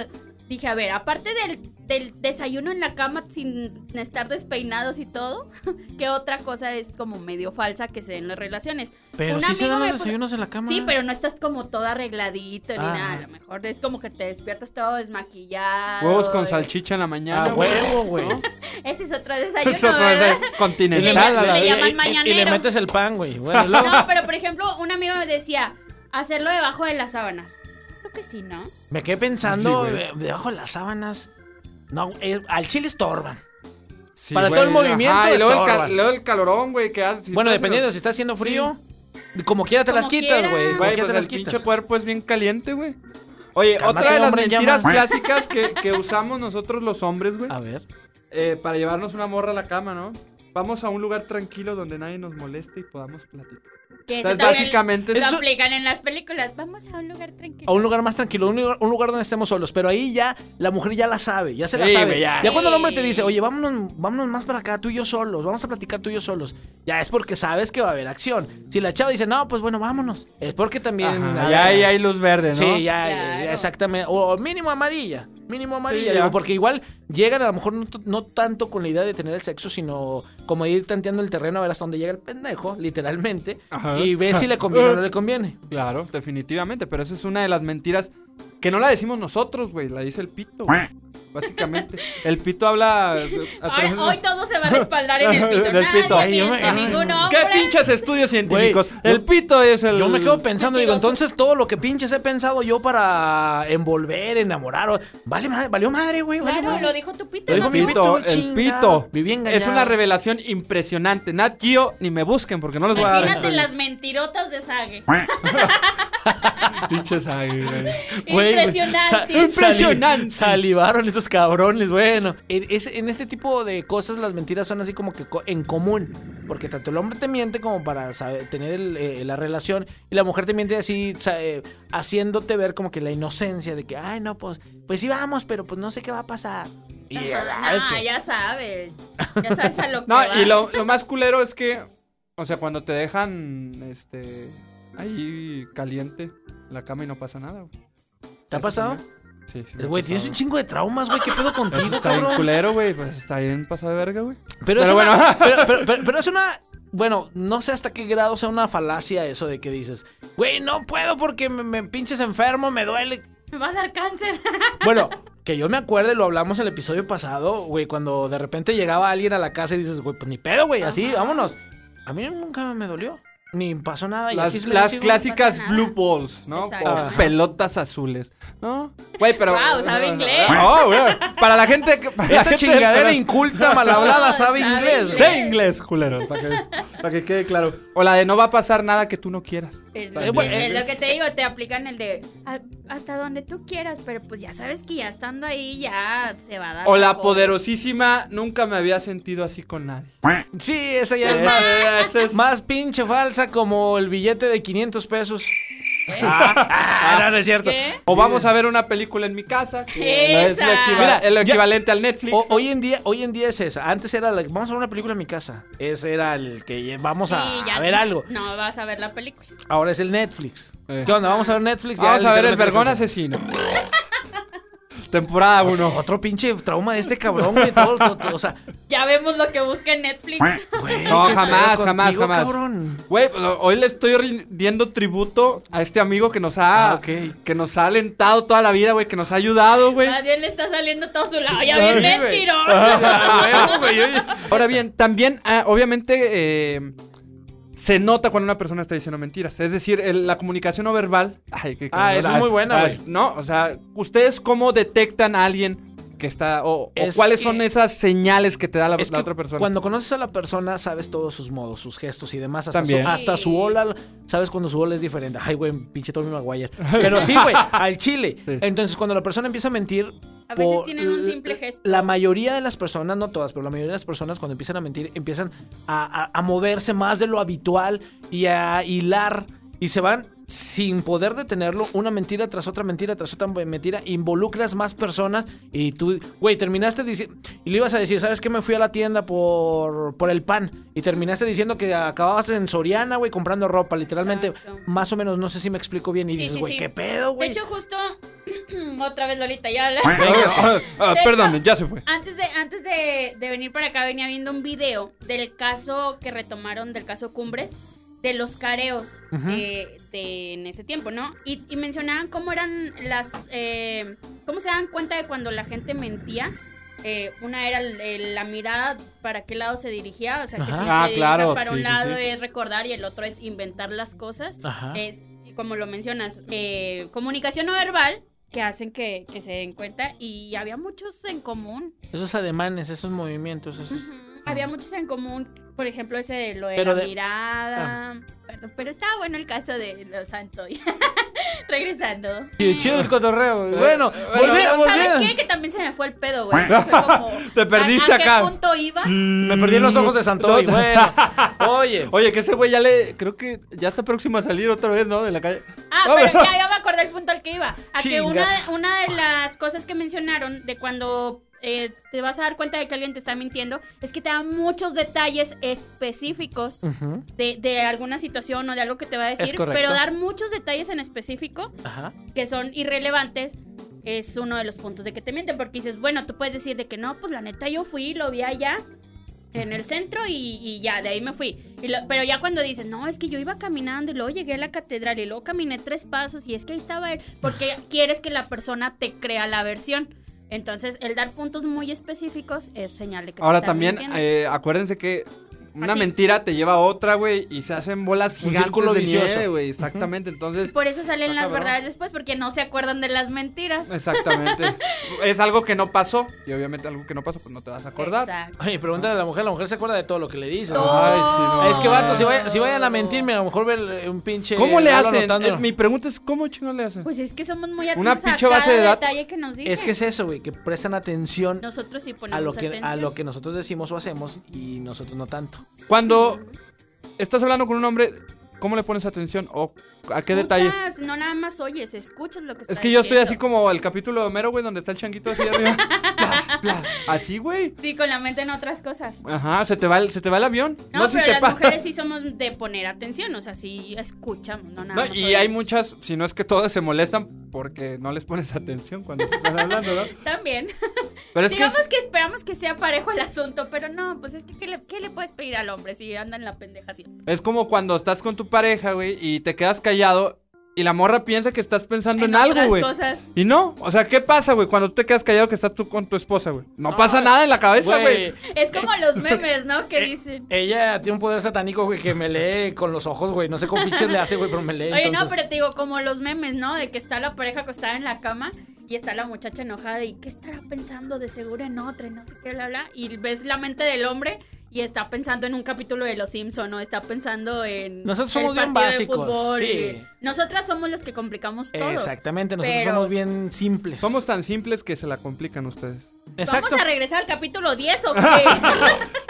Speaker 4: dije, a ver, aparte del, del desayuno en la cama sin estar despeinados y todo, <laughs> ¿qué otra cosa es como medio falsa que se den las relaciones?
Speaker 3: Pero
Speaker 4: Un
Speaker 3: sí se
Speaker 4: amigo
Speaker 3: dan los
Speaker 4: me puso-
Speaker 3: desayunos en la cama.
Speaker 4: Sí, pero no estás como todo arregladito ni
Speaker 3: Ah.
Speaker 4: nada. A lo mejor es como que te despiertas todo desmaquillado.
Speaker 5: Huevos con
Speaker 4: y-
Speaker 5: salchicha en la mañana.
Speaker 3: Ah, huevo, güey.
Speaker 5: ¿No?
Speaker 4: Ese es otro desayuno,
Speaker 5: Eso otra vez
Speaker 4: ¿verdad?
Speaker 5: ahí, continental.
Speaker 4: Le-
Speaker 5: a la
Speaker 4: le
Speaker 5: vez.
Speaker 4: llaman
Speaker 3: Y- y- Y, le
Speaker 4: mañanero.
Speaker 3: metes el pan, güey. Bueno, luego-
Speaker 4: <laughs> No, pero por ejemplo, un amigo me decía, hacerlo debajo de las sábanas. Creo que sí, ¿no?
Speaker 3: me quedé pensando
Speaker 5: Sí, güey.
Speaker 3: eh, debajo de las sábanas. No, eh, al chile estorban.
Speaker 5: Sí,
Speaker 3: Para
Speaker 5: güey,
Speaker 3: todo el movimiento
Speaker 5: ajá, y luego el,
Speaker 3: estorban.
Speaker 5: ca- luego el calorón, güey, que hace. si
Speaker 3: bueno,
Speaker 5: estás en-
Speaker 3: dependiendo, si está haciendo frío, como quiera te
Speaker 4: Como
Speaker 3: las quitas,
Speaker 4: quiera.
Speaker 3: güey. Como
Speaker 5: Güey,
Speaker 3: quiera
Speaker 5: pues
Speaker 3: te las
Speaker 5: el
Speaker 3: quitas.
Speaker 5: pinche cuerpo es bien caliente, güey. Oye,
Speaker 3: Cálmate,
Speaker 5: otra de las
Speaker 3: hombre en <laughs>
Speaker 5: mentiras
Speaker 3: llamas.
Speaker 5: clásicas que, que usamos nosotros los hombres, güey,
Speaker 3: A ver.
Speaker 5: eh, para llevarnos una morra a la cama, ¿no? Vamos a un lugar tranquilo donde nadie nos moleste y podamos platicar.
Speaker 4: Que
Speaker 5: O sea,
Speaker 4: eso también
Speaker 5: básicamente
Speaker 4: lo
Speaker 5: es-
Speaker 4: aplican en las películas. Vamos a un lugar tranquilo.
Speaker 3: a un lugar más tranquilo, un lugar, un lugar donde estemos solos. Pero ahí ya la mujer ya la sabe, ya se la
Speaker 5: Sí,
Speaker 3: sabe.
Speaker 5: güey,
Speaker 3: Ya.
Speaker 5: ya.
Speaker 3: cuando el hombre te
Speaker 4: Sí.
Speaker 3: dice, oye, vámonos, vámonos más para acá, tú y yo solos, vamos a platicar tú y yo solos, ya es porque sabes que va a haber acción. Si la chava dice, no, pues bueno, vámonos, es porque también.
Speaker 5: Ajá, ya ahí hay luz verde, ¿no?
Speaker 3: Sí, ya,
Speaker 4: Claro.
Speaker 3: ya, exactamente. O mínimo amarilla. Mínimo amarilla.
Speaker 5: ya.
Speaker 3: digo, porque igual llegan a lo mejor no, t- no tanto con la idea de tener el sexo, sino como ir tanteando el terreno a ver hasta dónde llega el pendejo, literalmente,
Speaker 5: Ajá.
Speaker 3: y ver si le conviene o no le conviene.
Speaker 5: Claro, definitivamente, pero esa es una de las mentiras que no la decimos nosotros, güey, la dice el pito, güey. Básicamente, el pito habla... eh, a
Speaker 4: Ahora,
Speaker 5: través de
Speaker 4: hoy
Speaker 5: los-
Speaker 4: todo se va a respaldar en el pito.
Speaker 5: En el pito.
Speaker 4: Nadie
Speaker 5: Ay, yo
Speaker 3: me-
Speaker 4: miente,
Speaker 3: ay,
Speaker 4: ningún hombre.
Speaker 5: ¿Qué pinches estudios científicos?
Speaker 3: Güey,
Speaker 5: el
Speaker 3: yo-
Speaker 5: pito es <laughs> el...
Speaker 3: Yo me quedo pensando, digo,
Speaker 4: Mentiroso.
Speaker 3: entonces todo lo que pinches he pensado yo para envolver, enamorar, o- vale madre, valió madre, güey, valió
Speaker 4: Claro,
Speaker 3: madre.
Speaker 4: lo dijo tu pito,
Speaker 5: El
Speaker 3: Lo dijo
Speaker 4: mamá.
Speaker 3: mi
Speaker 5: pito,
Speaker 3: pito,
Speaker 5: el
Speaker 3: chinga.
Speaker 5: pito.
Speaker 3: Viví engañado.
Speaker 5: Es una revelación impresionante. Nat Gio, ni me busquen porque no les voy a dar.
Speaker 4: Imagínate
Speaker 5: entrevistas.
Speaker 4: las mentirotas de Sage.
Speaker 5: Pinches ay,
Speaker 4: <laughs>
Speaker 5: güey.
Speaker 3: Güey, güey, sa- sali-
Speaker 4: Impresionante.
Speaker 3: salivaron esos cabrones. Bueno, en, es- en este tipo de cosas las mentiras son así como que co- en común. Porque tanto el hombre te miente como para saber- tener el, eh, la relación. Y la mujer te miente así, sa- eh, haciéndote ver como que la inocencia de que, ay, no, pues, pues sí vamos, pero pues no sé qué va a pasar. Y, ah, es
Speaker 4: Ah,
Speaker 3: que-
Speaker 4: ya sabes. Ya sabes a lo que
Speaker 5: No, y
Speaker 4: vas. <laughs>
Speaker 5: lo, lo más culero es que, o sea, cuando te dejan este ahí caliente en la cama y no pasa nada. güey.
Speaker 3: ¿Te ha
Speaker 5: Eso
Speaker 3: pasado?
Speaker 5: también. Sí, sí. me
Speaker 3: Eh,
Speaker 5: ha
Speaker 3: Güey, tienes un
Speaker 5: pasado.
Speaker 3: chingo de traumas, güey. ¿Qué pedo
Speaker 5: Eso
Speaker 3: contigo,
Speaker 5: está bien
Speaker 3: cabrón?
Speaker 5: culero, güey. Pues está bien pasado de verga, güey.
Speaker 3: Pero, es
Speaker 5: Pero
Speaker 3: una-
Speaker 5: bueno.
Speaker 3: pero- pero- pero- pero es una. Bueno, no sé hasta qué grado sea una falacia eso de que dices, güey, no puedo porque me, me pinches enfermo, me duele.
Speaker 4: Me va a dar cáncer.
Speaker 5: <laughs>
Speaker 3: Bueno, que yo me acuerde, lo hablamos en el episodio pasado, güey, cuando de repente llegaba alguien a la casa y dices, güey, pues ni pedo, güey, así, vámonos. A mí nunca me dolió, ni pasó nada. y aquí
Speaker 5: Las,
Speaker 3: estoy
Speaker 5: las
Speaker 3: así, güey.
Speaker 5: clásicas
Speaker 4: pasa nada.
Speaker 5: blue balls, ¿no?
Speaker 4: Exacto.
Speaker 3: Ah.
Speaker 5: O pelotas azules, ¿no? Güey, pero...
Speaker 4: Guau, sabe
Speaker 5: <laughs>
Speaker 4: inglés.
Speaker 5: No, güey. Para la gente... que- Para la
Speaker 3: Esta
Speaker 5: <laughs> gente
Speaker 3: chingadera inculta, mal hablada,
Speaker 4: No,
Speaker 3: sabe
Speaker 4: sabe
Speaker 5: <laughs>
Speaker 3: inglés.
Speaker 4: inglés.
Speaker 5: Sé inglés, culero, para que, para que quede claro. O la de no va a pasar nada que tú no quieras.
Speaker 4: Es,
Speaker 5: Eh,
Speaker 4: lo
Speaker 3: bueno,
Speaker 4: que, es
Speaker 3: eh,
Speaker 4: lo que te digo, te aplican el de "Ah, hasta donde tú quieras, pero pues ya sabes que ya estando ahí ya se va a dar.
Speaker 5: O la
Speaker 4: algo.
Speaker 5: poderosísima, nunca me había sentido así con nadie.
Speaker 3: Sí, esa ya
Speaker 4: Eh,
Speaker 3: es más,
Speaker 5: Esa- esa es-
Speaker 3: más pinche falsa como el billete de 500 pesos. Ah, no, no es cierto.
Speaker 4: Eh. ¿Qué?
Speaker 5: O vamos a ver una película en mi casa. que Es lo,
Speaker 4: Esa.
Speaker 5: equiva-
Speaker 3: Mira,
Speaker 5: es
Speaker 3: ya-
Speaker 5: lo equivalente al Netflix.
Speaker 3: O- hoy en día, hoy en día es esa. Antes era la, vamos a ver una película en mi casa. Ese era el que lle- vamos
Speaker 4: Sí,
Speaker 3: a,
Speaker 4: ya
Speaker 3: a ver algo.
Speaker 4: No vas a ver la película.
Speaker 3: Ahora es el Netflix.
Speaker 5: Eh.
Speaker 3: ¿Qué onda? Vamos a ver Netflix. Ya
Speaker 5: vamos a ver el
Speaker 3: literalmente
Speaker 5: vergón
Speaker 3: es eso.
Speaker 5: asesino. <laughs> Temporada 1.
Speaker 3: Otro pinche trauma de este cabrón,
Speaker 5: <laughs>
Speaker 3: güey. todo- todo- todo, o sea,
Speaker 4: Ya vemos lo que busca en Netflix.
Speaker 3: güey,
Speaker 5: No,
Speaker 3: ¿qué
Speaker 5: jamás,
Speaker 3: pedo
Speaker 5: jamás,
Speaker 3: contigo,
Speaker 5: jamás.
Speaker 3: cabrón?
Speaker 5: Güey, pues, hoy le estoy rindiendo tributo a este amigo que nos ha
Speaker 3: Ah, ok.
Speaker 5: que nos ha alentado toda la vida, güey, que nos ha ayudado, güey.
Speaker 4: Pues, A Dios le está saliendo todo su lado. Ya
Speaker 3: Sí,
Speaker 4: bien
Speaker 3: güey. Ah,
Speaker 4: mentiroso.
Speaker 5: Ahora bien, también, ah, obviamente, eh, se nota cuando una persona está diciendo mentiras. Es decir, el- la comunicación no verbal. Ay, qué-
Speaker 3: Ah, esa es muy buena,
Speaker 5: ay,
Speaker 3: güey.
Speaker 5: No, o sea, ¿ustedes cómo detectan a alguien que está. o, o
Speaker 3: Es
Speaker 5: cuáles
Speaker 3: que-
Speaker 5: son esas señales que te da la,
Speaker 3: Es
Speaker 5: la
Speaker 3: que
Speaker 5: otra persona?
Speaker 3: Cuando conoces a la persona, sabes todos sus modos, sus gestos y demás. Hasta,
Speaker 5: También.
Speaker 3: Su, hasta su
Speaker 4: Sí.
Speaker 3: ola, sabes cuando su ola es diferente. Ay, güey, pinche Tommy
Speaker 5: <laughs>
Speaker 3: Maguire. Pero sí, güey, al chile.
Speaker 5: Sí.
Speaker 3: Entonces, cuando la persona empieza a mentir.
Speaker 4: A veces
Speaker 3: por-
Speaker 4: tienen un simple gesto.
Speaker 3: La mayoría de las personas, no todas, pero la mayoría de las personas, cuando empiezan a mentir, empiezan a, a- a moverse más de lo habitual y a hilar. Y se van sin poder detenerlo, una mentira tras otra mentira tras otra mentira, involucras más personas y tú, güey, terminaste diciendo, y le ibas a decir, ¿sabes qué? Me fui a la tienda por, por el pan y terminaste diciendo que acababas en Soriana, güey, comprando ropa, literalmente,
Speaker 4: Exacto.
Speaker 3: más o menos, no sé si me explico bien, y
Speaker 4: Sí,
Speaker 3: dices,
Speaker 4: sí,
Speaker 3: güey,
Speaker 4: sí.
Speaker 3: ¿qué pedo,
Speaker 4: De
Speaker 3: güey?
Speaker 4: hecho, justo <clears throat> otra vez Lolita, ya la-
Speaker 5: <laughs> Ah, ah,
Speaker 4: De
Speaker 5: perdón,
Speaker 4: hecho-
Speaker 5: ya se fue.
Speaker 4: Antes de, antes de, de venir para acá venía viendo un video del caso que retomaron del caso Cumbres, de los careos de, de- en ese tiempo, ¿no? Y, y mencionaban cómo eran las... eh, ¿Cómo se dan cuenta de cuando la gente mentía? Eh, una era el- el- la mirada para qué lado se dirigía, o sea, que
Speaker 3: Ajá.
Speaker 4: si
Speaker 5: Ah,
Speaker 4: se
Speaker 5: claro,
Speaker 4: dirija para
Speaker 5: sí,
Speaker 4: un
Speaker 5: sí,
Speaker 4: lado
Speaker 5: sí.
Speaker 4: es recordar y el otro es inventar las cosas
Speaker 3: Ajá.
Speaker 4: es, como lo mencionas, eh, comunicación no verbal que hacen que, que se den cuenta y había muchos en común.
Speaker 3: Esos ademanes, esos movimientos, esos...
Speaker 4: Había muchos en común, por ejemplo, ese de lo de
Speaker 3: Pero
Speaker 4: la
Speaker 3: de-
Speaker 4: mirada. Perdón, pero estaba bueno el caso de los Santoy. <laughs> Regresando.
Speaker 3: Sí, chido el cotorreo. güey. Bueno,
Speaker 5: bueno,
Speaker 3: volviendo,
Speaker 4: ¿Sabes
Speaker 3: volviendo.
Speaker 4: qué? Que también se me fue el pedo, güey. Fue como,
Speaker 5: Te perdiste
Speaker 4: ¿a, a qué
Speaker 5: acá.
Speaker 4: punto iba?
Speaker 3: Me perdí en los ojos de Santoy.
Speaker 5: No, <laughs>
Speaker 3: Bueno, oye.
Speaker 5: Oye, que ese güey ya le. Creo que ya está próximo a salir otra vez, ¿no? De la calle.
Speaker 4: Ah,
Speaker 5: No,
Speaker 4: pero
Speaker 5: pero-
Speaker 4: ya, ya me acordé el punto al que iba. A que
Speaker 3: Chinga.
Speaker 4: una, una de las cosas que mencionaron de cuando eh, te vas a dar cuenta de que alguien te está mintiendo es que te da muchos detalles específicos
Speaker 3: Ujú,
Speaker 4: de, de alguna situación o de algo que te va a decir.
Speaker 3: correcto.
Speaker 4: Pero dar muchos detalles en específico
Speaker 3: Ajá.
Speaker 4: que son irrelevantes es uno de los puntos de que te mienten. Porque dices, bueno, tú puedes decir de que no, pues la neta yo fui, lo vi allá en el centro y, y ya, de ahí me fui. Y lo- pero ya cuando dices, no, es que yo iba caminando y luego llegué a la catedral y luego caminé tres pasos y es que ahí estaba él. Porque quieres que la persona te crea la versión. Entonces, el dar puntos muy específicos es señal de que te
Speaker 5: Ahora
Speaker 4: están
Speaker 5: también,
Speaker 4: mintiendo.
Speaker 5: eh, acuérdense que una
Speaker 4: Así.
Speaker 5: mentira te lleva a otra, güey, y se hacen bolas gigantes
Speaker 3: círculo
Speaker 5: de
Speaker 3: vicioso.
Speaker 5: nieve, güey. Exactamente, entonces...
Speaker 4: Por eso salen
Speaker 5: Ah,
Speaker 4: las
Speaker 5: cabrón.
Speaker 4: verdades después, porque no se acuerdan de las mentiras.
Speaker 5: Exactamente. es algo que no pasó, y obviamente algo que no pasó, pues no te vas a acordar.
Speaker 4: Exacto.
Speaker 3: Oye, pregúntale a la mujer, la mujer se acuerda de todo lo que le dices.
Speaker 5: Todo. Ay, sí, no.
Speaker 3: Es que vato, si, vaya- si vayan a mentirme, a lo mejor ver eh, un pinche.
Speaker 5: ¿Cómo le
Speaker 3: Pablo
Speaker 5: hacen?
Speaker 3: anotando.
Speaker 5: Eh, mi pregunta es, ¿cómo chingón le hacen?
Speaker 4: Pues es que somos muy
Speaker 5: Una
Speaker 4: atentos a
Speaker 5: pinche
Speaker 4: cada
Speaker 5: base de datos.
Speaker 4: detalle que nos dicen.
Speaker 3: Es que es eso, güey, que prestan atención
Speaker 4: Nosotros sí ponemos
Speaker 3: a lo, que,
Speaker 4: atención.
Speaker 3: a lo que nosotros decimos o hacemos y nosotros no tanto.
Speaker 5: Cuando estás hablando con un hombre, ¿cómo le pones atención? ¿O a qué detalle?
Speaker 4: Escuchas, No nada más oyes, escuchas lo que
Speaker 5: Es
Speaker 4: está
Speaker 5: que yo estoy así
Speaker 4: diciendo.
Speaker 5: como el capítulo de Homero, güey, donde está el changuito
Speaker 4: <laughs>
Speaker 5: así arriba. Pla, pla. Así, güey.
Speaker 4: Sí, con la mente en otras cosas.
Speaker 5: Ajá, se te va el, se te va el avión.
Speaker 4: No,
Speaker 5: se
Speaker 4: pero
Speaker 5: te
Speaker 4: las
Speaker 5: pa-
Speaker 4: mujeres sí somos de poner atención, o sea, sí escuchamos, no nada
Speaker 5: No,
Speaker 4: más
Speaker 5: y
Speaker 4: oyes.
Speaker 5: hay muchas, si no es que todas se molestan porque no les pones <laughs> atención cuando te están hablando, ¿no?
Speaker 4: También.
Speaker 5: Pero <laughs> es que
Speaker 4: Digamos
Speaker 5: es-
Speaker 4: que esperamos que sea parejo el asunto, pero no, pues es que ¿qué le, qué le puedes pedir al hombre si anda en la pendeja así?
Speaker 5: es como cuando estás con tu pareja, güey, y te quedas callado y la morra piensa que estás pensando en, algo,
Speaker 4: otras
Speaker 5: güey.
Speaker 4: cosas.
Speaker 5: Y no, o sea, ¿qué pasa, güey? Cuando tú te quedas callado que estás tú con tu esposa, güey. No, pasa nada en la cabeza, <laughs> güey. eh,
Speaker 4: Es como los memes, ¿no? Que dicen.
Speaker 3: Ella tiene un poder satánico, güey, que me lee con los ojos, güey. No sé cómo pinches le hace, güey, pero me lee.
Speaker 4: Oye, no,
Speaker 3: entonces-
Speaker 4: pero te digo, como los memes, ¿no? De que está la pareja acostada en la cama y está la muchacha enojada y ¿qué estará pensando? De seguro en otra y no sé qué, bla, bla. Y ves la mente del hombre y está pensando en un capítulo de Los Simpson o está pensando en.
Speaker 3: Nosotros
Speaker 4: el
Speaker 3: somos bien
Speaker 4: partido de
Speaker 3: básicos,
Speaker 4: fútbol
Speaker 3: sí.
Speaker 4: y- Nosotras somos los que complicamos todo.
Speaker 3: Exactamente, nosotros
Speaker 4: pero-
Speaker 3: somos bien simples.
Speaker 5: Somos tan simples que se la complican ustedes.
Speaker 3: Exacto.
Speaker 4: ¿Vamos a regresar al capítulo
Speaker 3: <laughs>
Speaker 4: 10 o qué?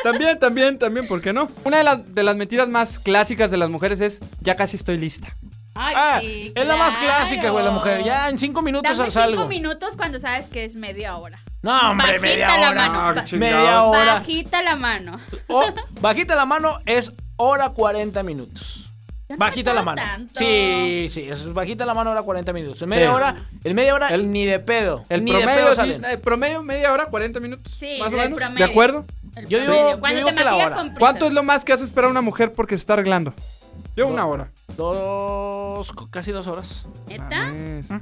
Speaker 5: También, también, también, ¿por qué no? Una de, las- de las mentiras más clásicas de las mujeres es, ya casi estoy lista.
Speaker 4: Ay,
Speaker 3: Ah,
Speaker 4: sí.
Speaker 3: es la más
Speaker 4: claro.
Speaker 3: clásica, güey, la mujer. Ya en cinco minutos
Speaker 4: Dame
Speaker 3: salgo.
Speaker 4: cinco minutos cuando sabes que es media hora.
Speaker 3: No, hombre,
Speaker 4: Bajita
Speaker 3: media
Speaker 4: la
Speaker 3: hora.
Speaker 4: mano.
Speaker 5: Ah,
Speaker 4: ba-
Speaker 5: chingados.
Speaker 3: Media hora.
Speaker 4: Bajita la mano.
Speaker 3: O, bajita la mano es hora 40 minutos.
Speaker 4: Ya no
Speaker 3: Bajita la
Speaker 4: tarda
Speaker 3: mano.
Speaker 4: tanto.
Speaker 3: Sí, sí, es bajita la mano hora 40 minutos. En media
Speaker 5: Sí.
Speaker 3: hora, en media hora
Speaker 5: El-
Speaker 3: ni de pedo.
Speaker 5: El
Speaker 3: ni de
Speaker 5: promedio,
Speaker 3: pedo
Speaker 5: sí,
Speaker 3: salen.
Speaker 5: el promedio media hora, 40 minutos.
Speaker 4: Sí,
Speaker 5: más o
Speaker 4: el
Speaker 5: menos.
Speaker 4: promedio.
Speaker 5: ¿De acuerdo?
Speaker 4: El
Speaker 3: Yo digo-
Speaker 4: promedio.
Speaker 3: yo
Speaker 4: Cuando
Speaker 3: digo
Speaker 4: te
Speaker 3: que la
Speaker 4: maquillas
Speaker 3: hora.
Speaker 4: con prisa.
Speaker 5: ¿Cuánto es lo más que hace esperar una mujer porque se está arreglando? Yo una hora.
Speaker 3: Dos, casi dos horas.
Speaker 4: ¿Neta?
Speaker 5: Mames.
Speaker 3: ¿Mm?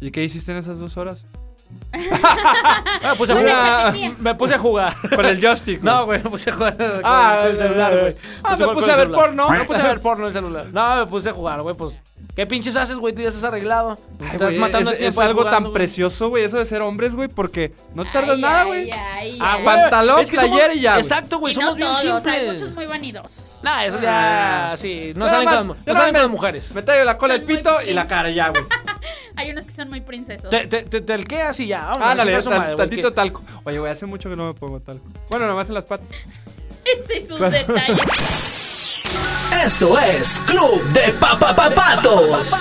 Speaker 5: ¿Y qué hiciste en esas dos horas?
Speaker 3: Ah, puse a
Speaker 4: Una
Speaker 3: jugar.
Speaker 4: chaquetilla.
Speaker 3: Me puse a jugar.
Speaker 5: Con el joystick. güey.
Speaker 3: No, güey, me puse a jugar con
Speaker 5: Ah,
Speaker 3: el celular, güey.
Speaker 5: ah, me
Speaker 3: jugar con
Speaker 5: puse
Speaker 3: el
Speaker 5: a ver
Speaker 3: celular.
Speaker 5: porno.
Speaker 3: Me puse a ver porno en el celular. No, me puse a jugar, güey, pues. ¿Qué pinches haces, güey? Tú ya estás arreglado.
Speaker 5: Ay,
Speaker 3: estás
Speaker 5: güey,
Speaker 3: matando
Speaker 5: es,
Speaker 3: el tiempo
Speaker 5: es algo
Speaker 3: jugando,
Speaker 5: tan
Speaker 3: güey.
Speaker 5: precioso, güey, eso de ser hombres, güey, porque no
Speaker 4: Ay,
Speaker 5: tardas nada,
Speaker 4: ay,
Speaker 5: güey.
Speaker 4: ay, ay.
Speaker 3: Ah, güey,
Speaker 5: Pantalón, playera
Speaker 3: somos-
Speaker 5: y ya, güey.
Speaker 3: Exacto, güey,
Speaker 4: Y
Speaker 3: somos
Speaker 4: no
Speaker 3: bien
Speaker 4: todos, hay
Speaker 3: simples.
Speaker 4: muchos muy vanidosos.
Speaker 3: Nah, eso
Speaker 5: Ah.
Speaker 3: ya, sí. No salen, con, las- no salen con las mujeres.
Speaker 5: Me tallo la cola, el
Speaker 4: Son muy
Speaker 5: pito y la
Speaker 4: felices.
Speaker 5: cara ya, güey.
Speaker 4: Hay unos que son muy princesos.
Speaker 3: Te, te, te talqueas y ya. Vámonos,
Speaker 5: Ándale,
Speaker 3: chingar su
Speaker 5: tal-
Speaker 3: madre, güey,
Speaker 5: tantito
Speaker 3: que-
Speaker 5: talco. Oye, güey, hace mucho que no me pongo talco. Bueno, nomás en
Speaker 3: <laughs>
Speaker 5: las patas.
Speaker 4: <laughs> Este y sus detalles.
Speaker 6: Esto es Club de Papapapatos.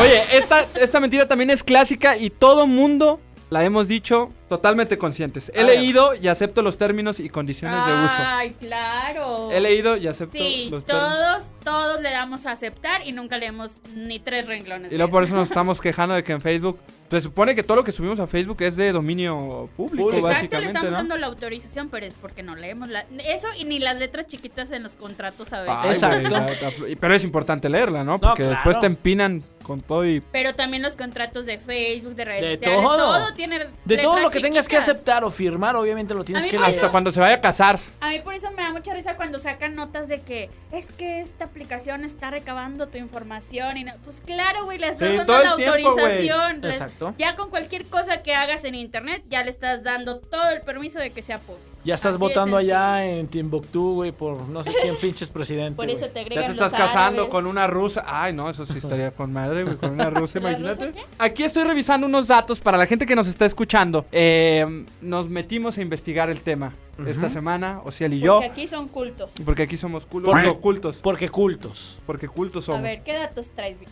Speaker 5: Oye, esta, esta mentira también es clásica y todo mundo la hemos dicho totalmente conscientes. He
Speaker 3: A ver.
Speaker 5: leído y acepto los términos y condiciones de uso.
Speaker 4: Ay, claro.
Speaker 5: He leído y acepto
Speaker 4: Ah. Sí,
Speaker 5: los términos.
Speaker 4: todos, todos le damos a aceptar y nunca leemos ni tres renglones.
Speaker 5: Y
Speaker 4: de
Speaker 5: luego por
Speaker 4: eso.
Speaker 5: eso nos estamos quejando de que en Facebook. Se supone que todo lo que subimos a Facebook es de dominio
Speaker 3: Público.
Speaker 5: público,
Speaker 4: Exacto, le
Speaker 5: básicamente,
Speaker 4: estamos
Speaker 5: ¿no?
Speaker 4: dando la autorización, pero es porque no leemos la... eso y ni las letras chiquitas en los contratos a veces.
Speaker 5: Ay, güey,
Speaker 3: Exacto.
Speaker 5: la- la flu- y- pero es importante leerla, ¿no? Porque
Speaker 3: claro.
Speaker 5: después te empinan con todo y.
Speaker 4: Pero también los contratos de Facebook, de redes
Speaker 3: De
Speaker 4: sociales,
Speaker 3: todo.
Speaker 4: todo. tiene
Speaker 3: De
Speaker 4: letras
Speaker 3: todo lo que tengas que
Speaker 4: chiquitas.
Speaker 3: aceptar o firmar, obviamente lo tienes
Speaker 4: A mí
Speaker 3: que
Speaker 4: me
Speaker 5: Hasta
Speaker 4: Pero-
Speaker 5: cuando se vaya a casar.
Speaker 4: A mí por eso me da mucha risa cuando sacan notas de que es que esta aplicación está recabando tu información y no- pues claro, güey, le estás
Speaker 5: Sí,
Speaker 4: dando
Speaker 5: todo
Speaker 4: la
Speaker 5: el tiempo, güey.
Speaker 4: autorización. Le-
Speaker 3: Exacto.
Speaker 4: Ya con cualquier cosa que hagas en internet ya le estás dando todo el permiso de que sea público.
Speaker 3: Ya estás
Speaker 4: Así de
Speaker 3: votando allá en Timbuktu, güey, por no sé
Speaker 4: <laughs>
Speaker 3: quién pinches presidente.
Speaker 4: Por
Speaker 3: güey.
Speaker 4: eso te
Speaker 5: Ya
Speaker 4: agregan
Speaker 5: te estás
Speaker 4: los
Speaker 5: casando
Speaker 4: árabes.
Speaker 5: con una rusa. Ay, no, eso sí estaría con madre, güey, con una
Speaker 4: <laughs>
Speaker 5: rusa,
Speaker 4: ¿La
Speaker 5: imagínate.
Speaker 4: rusa qué?
Speaker 5: Aquí estoy revisando unos datos para la gente que nos está escuchando. Eh, nos metimos a investigar el tema esta semana, Ociel y yo.
Speaker 4: Porque aquí son cultos.
Speaker 5: Porque aquí somos cultos.
Speaker 3: Porque-
Speaker 5: ocultos.
Speaker 3: Porque cultos.
Speaker 5: Porque cultos
Speaker 4: A
Speaker 5: somos.
Speaker 4: ver, ¿qué datos traes,
Speaker 5: <laughs>
Speaker 4: Vic?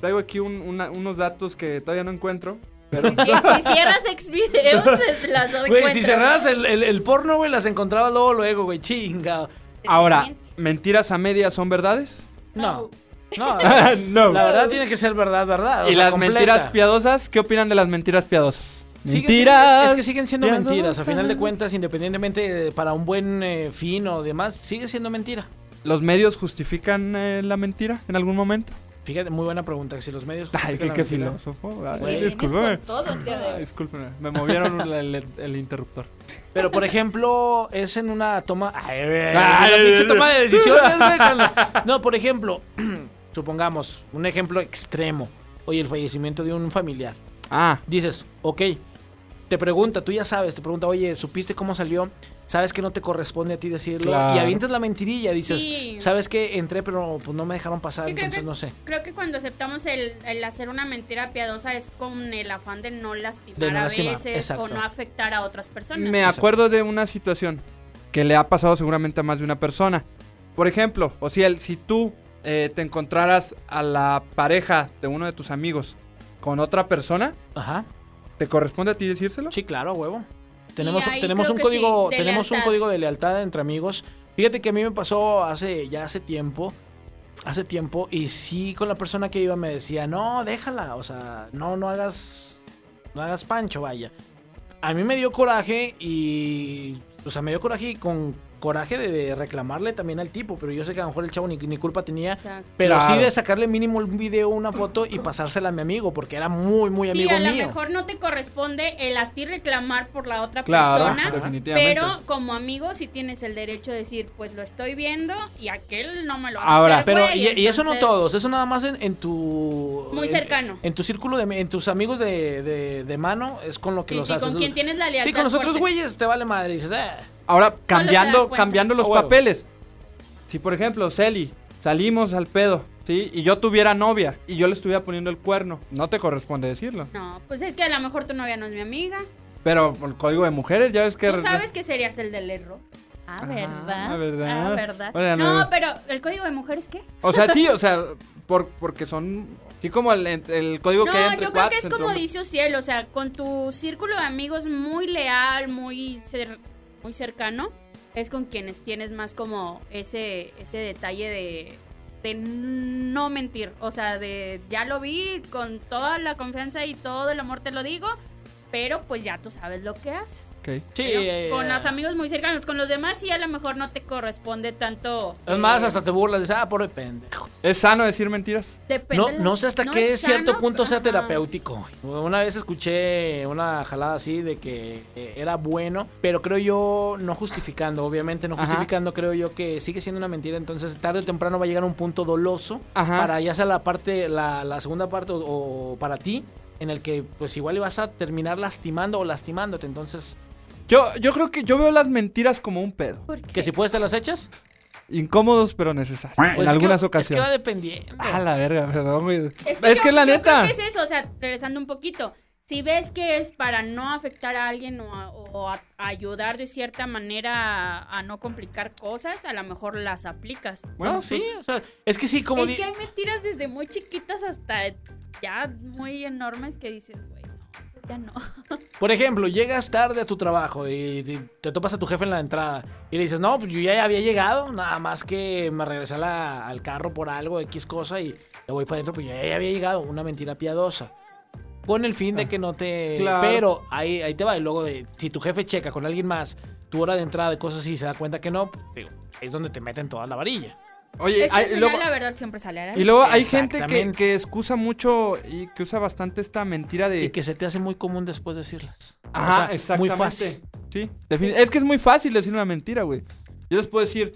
Speaker 5: Traigo aquí un- una- unos datos que todavía no encuentro.
Speaker 4: Si, <laughs> si cierras <laughs> exvideos, es- las
Speaker 3: Güey, si
Speaker 4: encuentras.
Speaker 3: cerraras el, el- el porno, güey, las encontrabas luego, luego, güey, chingado.
Speaker 5: Ahora, ¿mentiras a medias son verdades?
Speaker 3: No,
Speaker 4: No. <laughs>
Speaker 3: no.
Speaker 5: <laughs>
Speaker 3: <laughs>
Speaker 5: no.
Speaker 3: La verdad tiene que ser verdad, verdad. o
Speaker 5: ¿Y
Speaker 3: sea,
Speaker 5: las
Speaker 3: completa.
Speaker 5: mentiras piadosas? ¿Qué opinan de las mentiras piadosas?
Speaker 3: Siguen siendo-
Speaker 5: Mentiras.
Speaker 3: es que siguen siendo
Speaker 5: piadosas.
Speaker 3: mentiras. A final de cuentas, independientemente de- para un buen eh, fin o demás, sigue siendo mentira.
Speaker 5: ¿Los medios justifican eh, la mentira en algún momento?
Speaker 3: Fíjate, muy buena pregunta. que Si los medios.
Speaker 5: Ay, qué,
Speaker 3: justifican la
Speaker 5: qué
Speaker 3: mentira.
Speaker 5: filósofo. Ay,
Speaker 4: Güey, vienes
Speaker 5: discúlpame.
Speaker 4: con todo el día de hoy.
Speaker 5: Ay, discúlpame. Ah, Me
Speaker 3: <laughs>
Speaker 5: movieron el, el- el interruptor.
Speaker 3: Pero, por ejemplo, es en una toma. Ay, güey, es
Speaker 5: Ay,
Speaker 3: una
Speaker 5: ay,
Speaker 3: pinche
Speaker 5: ay.
Speaker 3: toma de decisiones,
Speaker 5: <laughs>
Speaker 3: güey, cuando- No, por ejemplo, <clears throat> supongamos un ejemplo extremo. Oye, el fallecimiento de un familiar.
Speaker 5: Ah,
Speaker 3: Dices, ok, te pregunta, tú ya sabes, te pregunta, oye, ¿supiste cómo salió? Sabes que no te corresponde a ti decirlo.
Speaker 5: Claro.
Speaker 3: Y avientas la mentirilla, dices,
Speaker 4: Sí.
Speaker 3: ¿sabes que Entré, pero pues, no me dejaron pasar,
Speaker 4: Yo creo
Speaker 3: entonces
Speaker 4: que-
Speaker 3: no sé.
Speaker 4: Creo que cuando aceptamos el, el hacer una mentira piadosa es con el afán de no lastimar,
Speaker 3: De no lastimar,
Speaker 4: a veces
Speaker 3: exacto.
Speaker 4: o no afectar a otras personas. pues.
Speaker 5: me acuerdo de una situación que le ha pasado seguramente a más de una persona. Por ejemplo, o si, si tú eh, te encontraras a la pareja de uno de tus amigos con otra persona,
Speaker 3: Ajá.
Speaker 5: ¿te corresponde a ti decírselo?
Speaker 3: Sí, claro, a huevo. Tenemos,
Speaker 4: ahí
Speaker 3: tenemos
Speaker 4: creo
Speaker 3: un
Speaker 4: que
Speaker 3: código,
Speaker 4: sí, de
Speaker 3: tenemos un
Speaker 4: lealtad.
Speaker 3: código de lealtad entre amigos. Fíjate que a mí me pasó hace ya hace tiempo, hace tiempo y sí con la persona que iba me decía, "No, déjala, o sea, no no hagas no hagas pancho, vaya." A mí me dio coraje y o sea, me dio coraje y con coraje de, de reclamarle también al tipo, pero yo sé que a lo mejor el chavo ni, ni culpa tenía.
Speaker 4: Exacto.
Speaker 3: Pero
Speaker 5: Claro.
Speaker 3: sí de sacarle mínimo un video, una foto y pasársela a mi amigo, porque era muy, muy
Speaker 4: Sí,
Speaker 3: amigo
Speaker 4: a lo
Speaker 3: mío.
Speaker 4: mejor no te corresponde el a ti reclamar por la otra
Speaker 5: Claro,
Speaker 4: persona,
Speaker 5: definitivamente.
Speaker 4: pero como amigo sí tienes el derecho de decir, pues lo estoy viendo y aquel no me lo hace.
Speaker 3: Ahora,
Speaker 4: hacer,
Speaker 3: pero
Speaker 4: güey,
Speaker 3: y, y eso no
Speaker 4: entonces-
Speaker 3: todos, eso nada más en, en tu...
Speaker 4: Muy
Speaker 3: en-
Speaker 4: cercano.
Speaker 3: En, tu círculo, de, en tus amigos de, de- de mano, es con lo eh, que
Speaker 4: Sí,
Speaker 3: los
Speaker 4: sí,
Speaker 3: haces.
Speaker 4: con quien tienes la lealtad.
Speaker 3: Sí, con los otros
Speaker 4: fuerte.
Speaker 3: güeyes te vale madre. Dices, "Ah".
Speaker 5: Ahora,
Speaker 4: se da
Speaker 5: cambiando,
Speaker 4: cuenta.
Speaker 5: cambiando los
Speaker 3: A huevo.
Speaker 5: papeles. Si, por ejemplo, Celi, salimos al pedo, ¿sí? Y yo tuviera novia y yo le estuviera poniendo el cuerno, no te corresponde decirlo.
Speaker 4: No, pues es que a lo mejor tu novia no es mi amiga.
Speaker 5: Pero el código de mujeres ya es que...
Speaker 4: Tú sabes que serías el del error. Ah, ¿verdad?
Speaker 5: Ah, ¿verdad?
Speaker 4: Ah, ¿verdad?
Speaker 5: Oigan,
Speaker 4: no,
Speaker 5: eh.
Speaker 4: pero ¿el código de mujeres qué?
Speaker 5: O sea, sí, o sea, por, porque son... Sí, como el, el código
Speaker 4: No,
Speaker 5: que hay
Speaker 4: yo
Speaker 5: entre
Speaker 4: creo que
Speaker 5: cuates,
Speaker 4: es
Speaker 5: entre
Speaker 4: como
Speaker 5: hombres.
Speaker 4: dice Cielo, o sea, con tu círculo de amigos muy leal, muy, cer- muy cercano, es con quienes tienes más como ese, ese detalle de, de no mentir. O sea, de ya lo vi con toda la confianza y todo el amor te lo digo, pero pues ya tú sabes lo que haces.
Speaker 5: Ok.
Speaker 3: Sí,
Speaker 4: Pero
Speaker 3: eh,
Speaker 4: con los amigos muy cercanos, con los demás sí a lo mejor no te corresponde tanto.
Speaker 3: Es más,
Speaker 4: eh,
Speaker 3: hasta te burlas, dices, ah, pobre pendejo.
Speaker 5: ¿Es sano decir mentiras?
Speaker 4: depende
Speaker 3: No,
Speaker 4: de
Speaker 3: no
Speaker 4: las-
Speaker 3: sé hasta
Speaker 4: no
Speaker 3: qué
Speaker 4: es
Speaker 3: cierto
Speaker 4: sano,
Speaker 3: punto sea
Speaker 4: ajá.
Speaker 3: terapéutico. Una vez escuché una jalada así de que eh, era bueno, pero creo yo, no justificando, obviamente no
Speaker 5: Ajá.
Speaker 3: justificando, creo yo que sigue siendo una mentira. Entonces, tarde o temprano va a llegar un punto doloso
Speaker 5: Ajá.
Speaker 3: para ya sea la parte, la, la segunda parte o, o para ti, en el que pues igual ibas a terminar lastimando o lastimándote. Entonces,
Speaker 5: Yo, yo creo que yo veo las mentiras como un pedo.
Speaker 4: ¿Por qué?
Speaker 3: que si puedes te las echas.
Speaker 5: Incómodos, pero necesarios.
Speaker 3: Pues,
Speaker 5: en
Speaker 3: es que-
Speaker 5: algunas
Speaker 3: Es que va
Speaker 5: ocasiones.
Speaker 3: dependiendo.
Speaker 5: Ah, la verga, perdón,
Speaker 4: Es
Speaker 5: güey. Es
Speaker 4: que,
Speaker 5: que,
Speaker 4: yo-
Speaker 5: es la
Speaker 4: yo
Speaker 5: neta.
Speaker 4: Creo que es eso, o sea, regresando un poquito. Si ves que es para no afectar a alguien o, a- o a- ayudar de cierta manera a, a no complicar cosas, a lo mejor las aplicas. Pues,
Speaker 3: Bueno, sí, o sea, es que sí, como
Speaker 4: es
Speaker 3: di-
Speaker 4: que hay mentiras desde muy chiquitas hasta ya muy enormes que dices, güey, no, ya no.
Speaker 3: Por ejemplo, llegas tarde a tu trabajo y, y te topas a tu jefe en la entrada y le dices, no, pues yo ya había llegado, nada más que me regresé a la- al carro por algo, X cosa, y le voy para adentro, pues yo ya había llegado, una mentira piadosa. Con el fin de que no te...
Speaker 5: Ah, Claro.
Speaker 3: Pero ahí, ahí te va, y luego de- si tu jefe checa con alguien más tu hora de entrada y cosas así y se da cuenta que no, digo, es donde te meten toda la varilla. Eh,
Speaker 5: Oye,
Speaker 4: Es que
Speaker 5: hay-
Speaker 4: al final
Speaker 5: luego-
Speaker 4: la verdad siempre sale a la
Speaker 5: Y luego hay gente que,
Speaker 3: Exactamente.
Speaker 5: que excusa mucho y que usa bastante esta mentira de...
Speaker 3: Y que se te hace muy común después decirlas. O sea,
Speaker 5: Ajá, exactamente.
Speaker 3: Muy fácil.
Speaker 5: Sí, defini- es que es muy fácil decir una mentira, güey. Yo les puedo decir,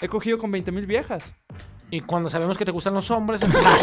Speaker 5: he cogido con 20 mil viejas.
Speaker 3: Y cuando sabemos que te gustan los hombres,
Speaker 4: <laughs>
Speaker 3: entonces-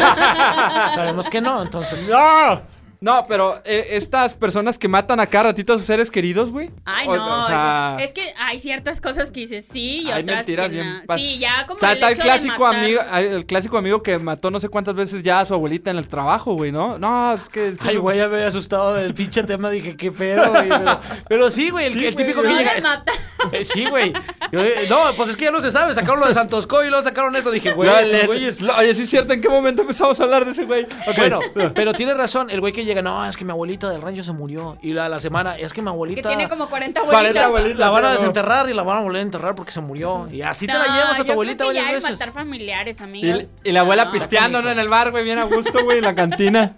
Speaker 3: sabemos que no, entonces...
Speaker 5: ¡No! ¡Ah! No, pero eh, estas personas que matan a cada ratito a sus seres queridos, güey.
Speaker 4: Ay,
Speaker 5: O-
Speaker 4: no,
Speaker 5: O sea,
Speaker 4: es que hay ciertas cosas que dices sí y
Speaker 5: Hay
Speaker 4: otras
Speaker 5: mentiras
Speaker 4: que
Speaker 5: bien
Speaker 4: no.
Speaker 5: pa-
Speaker 4: Sí, ya como
Speaker 5: está,
Speaker 4: el
Speaker 5: está el
Speaker 4: hecho de
Speaker 5: clásico
Speaker 4: matar-
Speaker 5: amigo, ay, el clásico amigo que mató no sé cuántas veces ya a su abuelita en el trabajo, güey, ¿no? No, es que... es que-
Speaker 3: Ay, güey, ya me había asustado del pinche tema. Dije, qué pedo, güey. Pero, pero sí, güey, el,
Speaker 5: Sí,
Speaker 3: el típico
Speaker 4: No,
Speaker 3: que
Speaker 5: güey.
Speaker 3: llega.
Speaker 4: las mata.
Speaker 3: Eh, sí, güey. Yo, eh, No, pues es que ya no se sabe. Sacaron lo de Santos Co y luego sacaron esto. Dije, güey,
Speaker 5: No,
Speaker 3: estos
Speaker 5: le-
Speaker 3: güeyes-
Speaker 5: lo- Oye, sí es cierto, ¿en qué momento empezamos a hablar de ese güey? Ok. <laughs>
Speaker 3: Bueno, pero tiene razón. El güey que llega, no, es que mi abuelita del rancho se murió. Y la, la semana, es que mi
Speaker 4: Que
Speaker 3: abuelita.
Speaker 4: tiene como 40
Speaker 5: 40
Speaker 4: abuelitas.
Speaker 5: abuelitas.
Speaker 3: La van a
Speaker 5: sí, no.
Speaker 3: desenterrar y la van a volver a enterrar porque se murió. Y así te la
Speaker 4: No,
Speaker 3: llevas a
Speaker 4: yo
Speaker 3: tu
Speaker 4: creo
Speaker 3: abuelita
Speaker 4: que ya
Speaker 3: varias
Speaker 4: el
Speaker 3: veces.
Speaker 4: matar familiares,
Speaker 5: Y,
Speaker 4: amigos.
Speaker 5: y la abuela
Speaker 4: No.
Speaker 5: pisteando ¿no? en el bar, güey, bien a gusto, güey, en la cantina.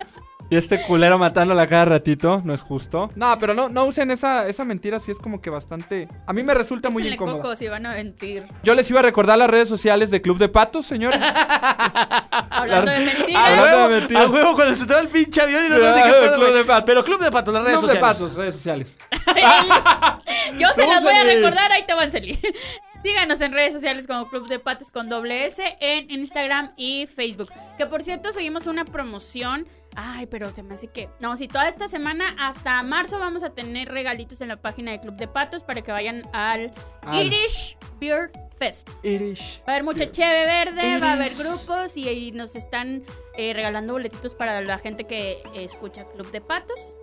Speaker 5: Y este culero matándola cada ratito, no es justo. No, pero no, no usen esa, esa mentira, sí es como que bastante... A mí me resulta muy
Speaker 4: Échenle
Speaker 5: incómodo.
Speaker 4: coco si van a
Speaker 5: <laughs>
Speaker 4: mentir.
Speaker 5: Yo les iba a recordar las redes sociales de Club de
Speaker 4: <laughs>
Speaker 5: Patos, señores.
Speaker 4: Hablando de
Speaker 5: Ah,
Speaker 4: mentiras.
Speaker 5: bueno.
Speaker 3: A
Speaker 5: no,
Speaker 3: huevo,
Speaker 5: mentira.
Speaker 3: a huevo, cuando se trae el pinche avión y no sabes de qué
Speaker 5: Ah,
Speaker 3: pedo,
Speaker 5: Club
Speaker 3: güey.
Speaker 5: de Patos.
Speaker 3: Pero Club de Patos, las redes
Speaker 5: Club de
Speaker 3: sociales.
Speaker 5: Patos, redes sociales.
Speaker 4: <laughs> Yo se
Speaker 5: ¿Cómo
Speaker 4: las voy a
Speaker 5: salí?
Speaker 4: recordar, ahí te van a salir. <laughs> Síganos en redes sociales como Club de Patos con doble S en Instagram y Facebook. Que por cierto, seguimos una promoción. Ay, pero se me hace que. No, si toda esta semana hasta marzo vamos a tener regalitos en la página de Club de Patos para que vayan al
Speaker 5: Al-
Speaker 4: Irish Beer Fest. Va a haber mucha cheve verde, va a haber grupos y, y nos están eh, regalando boletitos para la gente que eh, escucha Club de Patos.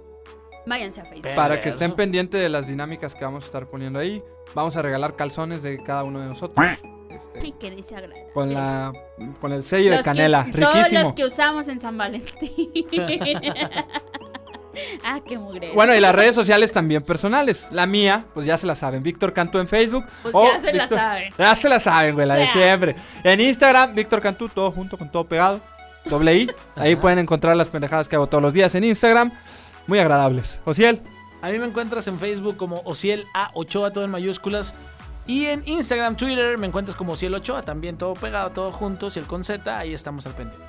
Speaker 4: Váyanse a Facebook.
Speaker 5: Para que estén pendientes de las dinámicas que vamos a estar poniendo ahí. Vamos a regalar calzones de cada uno de nosotros. Este,
Speaker 4: Ay, qué desagradable.
Speaker 5: con la con el sello
Speaker 4: Los
Speaker 5: de
Speaker 4: que
Speaker 5: canela.
Speaker 4: us- Todos los
Speaker 5: Riquísimo.
Speaker 4: que usamos en San Valentín. <laughs> ah, qué mugre.
Speaker 5: Bueno, y las redes sociales también personales. La mía, pues ya se la saben. Víctor Cantú en Facebook.
Speaker 4: Pues
Speaker 5: o
Speaker 4: ya se la
Speaker 5: Víctor-
Speaker 4: saben.
Speaker 5: Ya se la saben, güey, la de
Speaker 4: Ya.
Speaker 5: siempre. En Instagram, Víctor Cantú, todo junto con todo pegado. Doble I. Ahí pueden encontrar las pendejadas que hago todos los días en Instagram. Muy agradables. Ociel,
Speaker 3: A mí me encuentras en Facebook como Ociel A Ochoa, todo en mayúsculas. Y en Instagram, Twitter, me encuentras como Ociel Ochoa, también todo pegado, todo junto, Ociel con Z, ahí estamos al pendiente.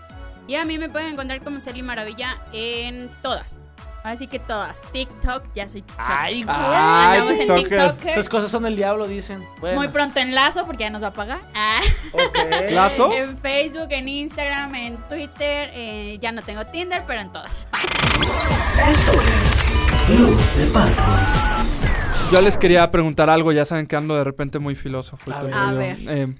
Speaker 4: Y a mí me pueden encontrar como Celi Maravilla en todas. Así que todas. TikTok, ya soy TikTok.
Speaker 3: Ay, güey.
Speaker 4: Ah,
Speaker 5: Ay,
Speaker 4: andamos en
Speaker 5: TikToker.
Speaker 4: TikToker.
Speaker 3: Esas cosas son del diablo, dicen. Bueno,
Speaker 4: Muy pronto en Lazo, porque ya nos va a pagar. Ah.
Speaker 5: Lazo.
Speaker 4: En Facebook, en Instagram, en Twitter. eh, ya no tengo Tinder, pero en todas.
Speaker 6: Esto es Club de Patos.
Speaker 5: Yo les quería preguntar algo, ya saben que ando de repente muy filósofo. y
Speaker 3: A
Speaker 5: todo
Speaker 3: ver.
Speaker 5: el
Speaker 4: A
Speaker 5: rollo.
Speaker 4: ver.
Speaker 5: Eh,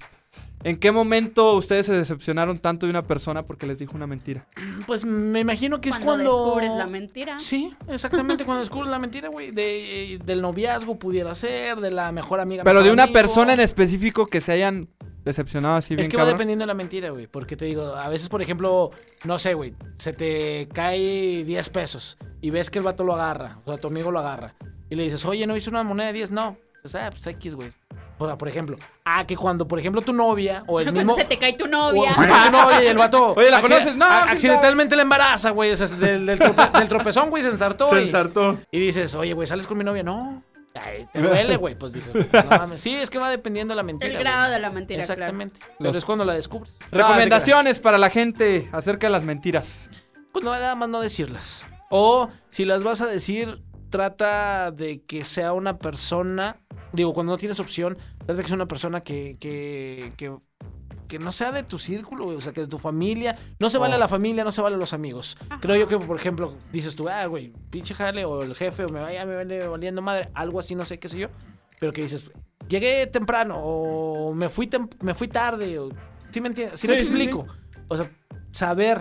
Speaker 5: ¿En qué momento ustedes se decepcionaron tanto de una persona porque les dijo una mentira?
Speaker 3: pues me imagino que es
Speaker 4: Cuando,
Speaker 3: cuando.
Speaker 4: descubres la mentira.
Speaker 3: Sí, exactamente, cuando descubres la mentira, güey. De, eh, del noviazgo pudiera ser, de la mejor amiga.
Speaker 5: Pero
Speaker 3: mejor
Speaker 5: de una
Speaker 3: amigo.
Speaker 5: persona en específico que se hayan decepcionado así bien
Speaker 3: Es que va
Speaker 5: cabrón.
Speaker 3: dependiendo de la mentira, güey. Porque te digo, a veces, por ejemplo, no sé, güey, se te cae 10 pesos y ves que el vato lo agarra, o sea, tu amigo lo agarra. Y le dices, oye, ¿no hice una moneda de 10? No. O sea, pues X, güey. O sea, por ejemplo, ah, que cuando, por ejemplo, tu novia o el
Speaker 4: <laughs> <laughs> Cuando
Speaker 3: mismo...
Speaker 4: se te cae tu
Speaker 3: <laughs> o-
Speaker 4: novia.
Speaker 3: o se te cae tu novia y el vato...
Speaker 5: Oye, ¿la
Speaker 3: acci-
Speaker 5: conoces? No,
Speaker 3: a-
Speaker 5: quién
Speaker 3: Accidentalmente la embaraza, güey. O sea, del, del trope- del tropezón, güey, se ensartó.
Speaker 5: Se
Speaker 3: güey.
Speaker 5: ensartó.
Speaker 3: Y dices, oye, güey, ¿sales con mi novia? No. Ay,
Speaker 5: <laughs>
Speaker 3: te duele, güey. Pues dices, no mames. Sí, es que va dependiendo de la mentira.
Speaker 4: El
Speaker 3: güey.
Speaker 4: grado de la mentira, claro.
Speaker 3: Exactamente. Pero
Speaker 5: Los-
Speaker 3: es cuando la descubres.
Speaker 5: Recomendaciones para la gente acerca de las mentiras.
Speaker 3: Pues no, nada más no decirlas. O si las vas a decir, trata de que sea una persona. Digo, cuando no tienes opción, trata de que sea una persona que. que, que que no sea de tu círculo, güey, o sea, que de tu familia. No se vale
Speaker 5: Oh.
Speaker 3: la familia, no se vale los amigos. Creo yo que, por ejemplo, dices tú, ah, güey, pinche jale, o el jefe, o me vaya, me vale valiendo madre, algo así, no sé, qué sé yo. Pero que dices, llegué temprano, o me fui, tem- me fui tarde, o. ¿Sí me entiendes? ¿Sí, me
Speaker 5: Sí, sí, sí.
Speaker 3: explico? O sea, saber.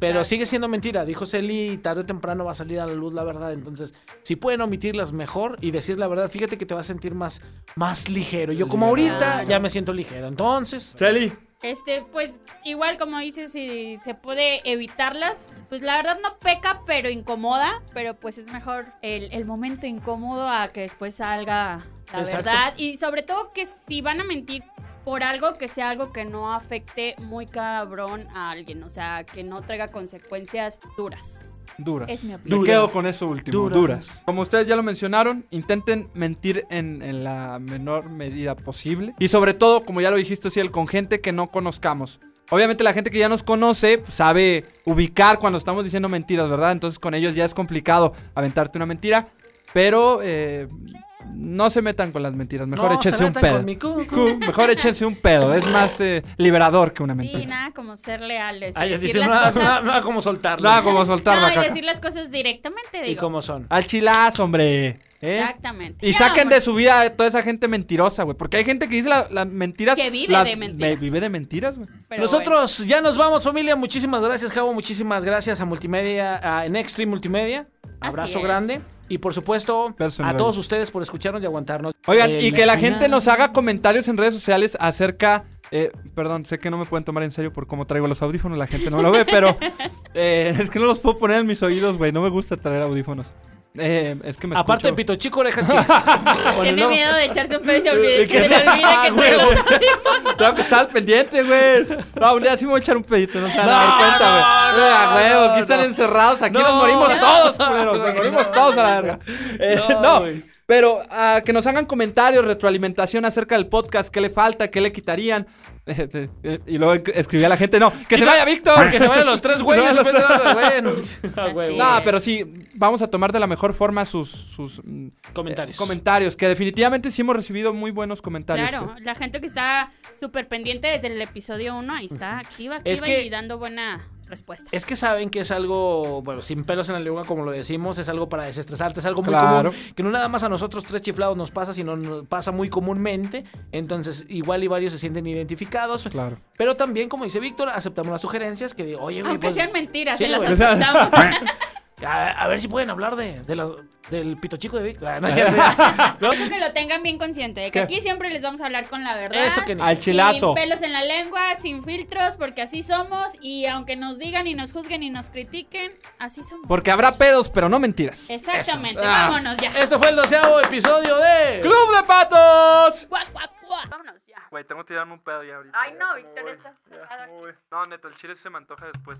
Speaker 3: Pero
Speaker 4: Exacto.
Speaker 3: sigue siendo mentira. Dijo Celi, tarde o temprano va a salir a la luz la verdad. Entonces, si pueden omitirlas mejor y decir la verdad, fíjate que te vas a sentir más, más ligero. Yo como ahorita
Speaker 4: Claro.
Speaker 3: ya me siento ligero. Entonces,
Speaker 5: Celi.
Speaker 4: Este, pues igual como dices, si se puede evitarlas, pues la verdad no peca, pero incomoda, pero pues es mejor el, el momento incómodo a que después salga la
Speaker 3: Exacto.
Speaker 4: verdad. Y sobre todo que si van a mentir por algo, que sea algo que no afecte muy cabrón a alguien, o sea, que no traiga consecuencias duras.
Speaker 5: Duras.
Speaker 4: Es mi opinión.
Speaker 5: Me quedo con eso último.
Speaker 3: Duras.
Speaker 5: Como ustedes ya lo mencionaron, intenten mentir en, en la menor medida posible. Y sobre todo, como ya lo dijiste, Ciel, con gente que no conozcamos. Obviamente la gente que ya nos conoce pues, sabe ubicar cuando estamos diciendo mentiras, ¿verdad? Entonces con ellos ya es complicado aventarte una mentira. Pero eh, no se metan con las mentiras. Mejor
Speaker 3: no se
Speaker 5: échense un
Speaker 3: metan
Speaker 5: pedo.
Speaker 3: con mi cu- cu-
Speaker 5: Cu- Mejor échense un pedo. Es más eh, liberador que una mentira.
Speaker 4: Sí, nada como ser leales.
Speaker 3: Ay,
Speaker 4: y
Speaker 3: Ah, ya
Speaker 4: decir
Speaker 3: dicen,
Speaker 4: las
Speaker 3: nada,
Speaker 4: cosas.
Speaker 3: nada- nada como soltarlo.
Speaker 5: Nada como soltar
Speaker 4: No,
Speaker 5: la
Speaker 4: y
Speaker 5: caja.
Speaker 4: decir las cosas directamente,
Speaker 3: y
Speaker 4: digo.
Speaker 3: como son.
Speaker 5: Al chilazo, hombre. ¿Eh?
Speaker 4: Exactamente.
Speaker 5: Y
Speaker 4: Ya,
Speaker 5: saquen
Speaker 4: hombre.
Speaker 5: de su vida a toda esa gente mentirosa, güey. Porque hay gente que dice la- las mentiras.
Speaker 4: Que vive
Speaker 5: las-
Speaker 4: de mentiras.
Speaker 5: me- vive de mentiras, güey.
Speaker 4: Pero
Speaker 3: Nosotros ya nos vamos, familia. Muchísimas gracias, Javo. Muchísimas gracias a Multimedia, a Nextream Multimedia. Abrazo
Speaker 4: es.
Speaker 3: grande. Y por supuesto,
Speaker 5: Personal.
Speaker 3: a todos ustedes por escucharnos y aguantarnos.
Speaker 5: Oigan,
Speaker 3: Eh,
Speaker 5: y que la
Speaker 3: imagina-
Speaker 5: gente nos haga comentarios en redes sociales acerca. eh, perdón, sé que no me pueden tomar en serio por cómo traigo los
Speaker 4: <laughs>
Speaker 5: audífonos, la gente no lo ve, pero eh, es que no los puedo poner en mis oídos, güey. No me gusta traer audífonos. Eh, es que me
Speaker 3: Aparte de
Speaker 5: escucho-
Speaker 3: Pito Chico,
Speaker 5: <laughs>
Speaker 3: oreja chica. Con el
Speaker 4: Tiene
Speaker 3: logo.
Speaker 4: miedo de echarse un
Speaker 3: <laughs>
Speaker 4: pedo y se olvide-
Speaker 3: El que
Speaker 4: se le
Speaker 3: sea-
Speaker 4: olvida que
Speaker 3: Ah,
Speaker 4: trae
Speaker 3: huevo.
Speaker 4: los audífonos.
Speaker 5: Tengo que estar al pendiente, güey. No, un día sí me voy a echar un pedito, no se van a dar
Speaker 3: No,
Speaker 5: cuenta, güey.
Speaker 3: no,
Speaker 5: Eh, a
Speaker 3: no,
Speaker 5: huevo, aquí
Speaker 3: no.
Speaker 5: están encerrados, aquí
Speaker 3: No.
Speaker 5: nos morimos
Speaker 3: <laughs>
Speaker 5: todos, culeros.
Speaker 3: No,
Speaker 5: Nos morimos todos a la verga. Eh,
Speaker 3: No,
Speaker 5: no,
Speaker 3: güey.
Speaker 5: pero ah, que nos hagan comentarios, retroalimentación acerca del podcast, qué le falta, qué le quitarían. <laughs> Eh, eh, eh, y luego escribí a la gente, no, que se vaya Víctor,
Speaker 3: Que se vayan los tres güeyes. Ah,
Speaker 5: No, los tres.
Speaker 3: No,
Speaker 4: Así
Speaker 3: güey.
Speaker 4: es.
Speaker 5: No, pero sí, vamos a tomar de la mejor forma sus, sus mm,
Speaker 3: Comentarios.
Speaker 5: comentarios, que definitivamente sí hemos recibido muy buenos comentarios.
Speaker 4: Claro, la gente que está súper pendiente desde el episodio 1, ahí está activa, activa
Speaker 3: Es que-
Speaker 4: y dando buena respuesta.
Speaker 3: Es que saben que es algo, bueno, sin pelos en la lengua, como lo decimos, es algo para desestresarte, es algo muy
Speaker 5: Claro.
Speaker 3: común. Que no nada más a nosotros tres chiflados nos pasa, sino nos pasa muy comúnmente. Entonces, igual y varios se sienten identificados.
Speaker 5: Claro.
Speaker 3: Pero también, como dice Víctor, aceptamos las sugerencias que digo, oye, güey,
Speaker 4: Aunque
Speaker 3: pues,
Speaker 4: sean mentiras,
Speaker 3: sí,
Speaker 4: se las
Speaker 3: güey. <laughs>
Speaker 4: aceptamos.
Speaker 3: a, a ver si pueden hablar de, de las- del pito chico de Víctor. Ah,
Speaker 5: <laughs>
Speaker 3: no es cierto.
Speaker 4: Eso que lo tengan bien consciente, de que aquí siempre les vamos a hablar con la verdad.
Speaker 3: Eso que ni-
Speaker 5: Al chilazo.
Speaker 4: Sin pelos en la lengua, sin filtros, porque así somos. Y aunque nos digan y nos juzguen y nos critiquen, así somos.
Speaker 5: Porque habrá pedos, pero no mentiras.
Speaker 4: Exactamente,
Speaker 5: Eso. Ah.
Speaker 4: vámonos ya.
Speaker 3: Esto fue el doceavo episodio de...
Speaker 5: ¡Club de Patos!
Speaker 4: Guac, guac, guac. Vámonos ya.
Speaker 5: Güey, tengo que tirarme un pedo ya ahorita.
Speaker 4: Ay, no, Víctor, estás cerrado aquí.
Speaker 5: No, neta, el chile se me antoja después.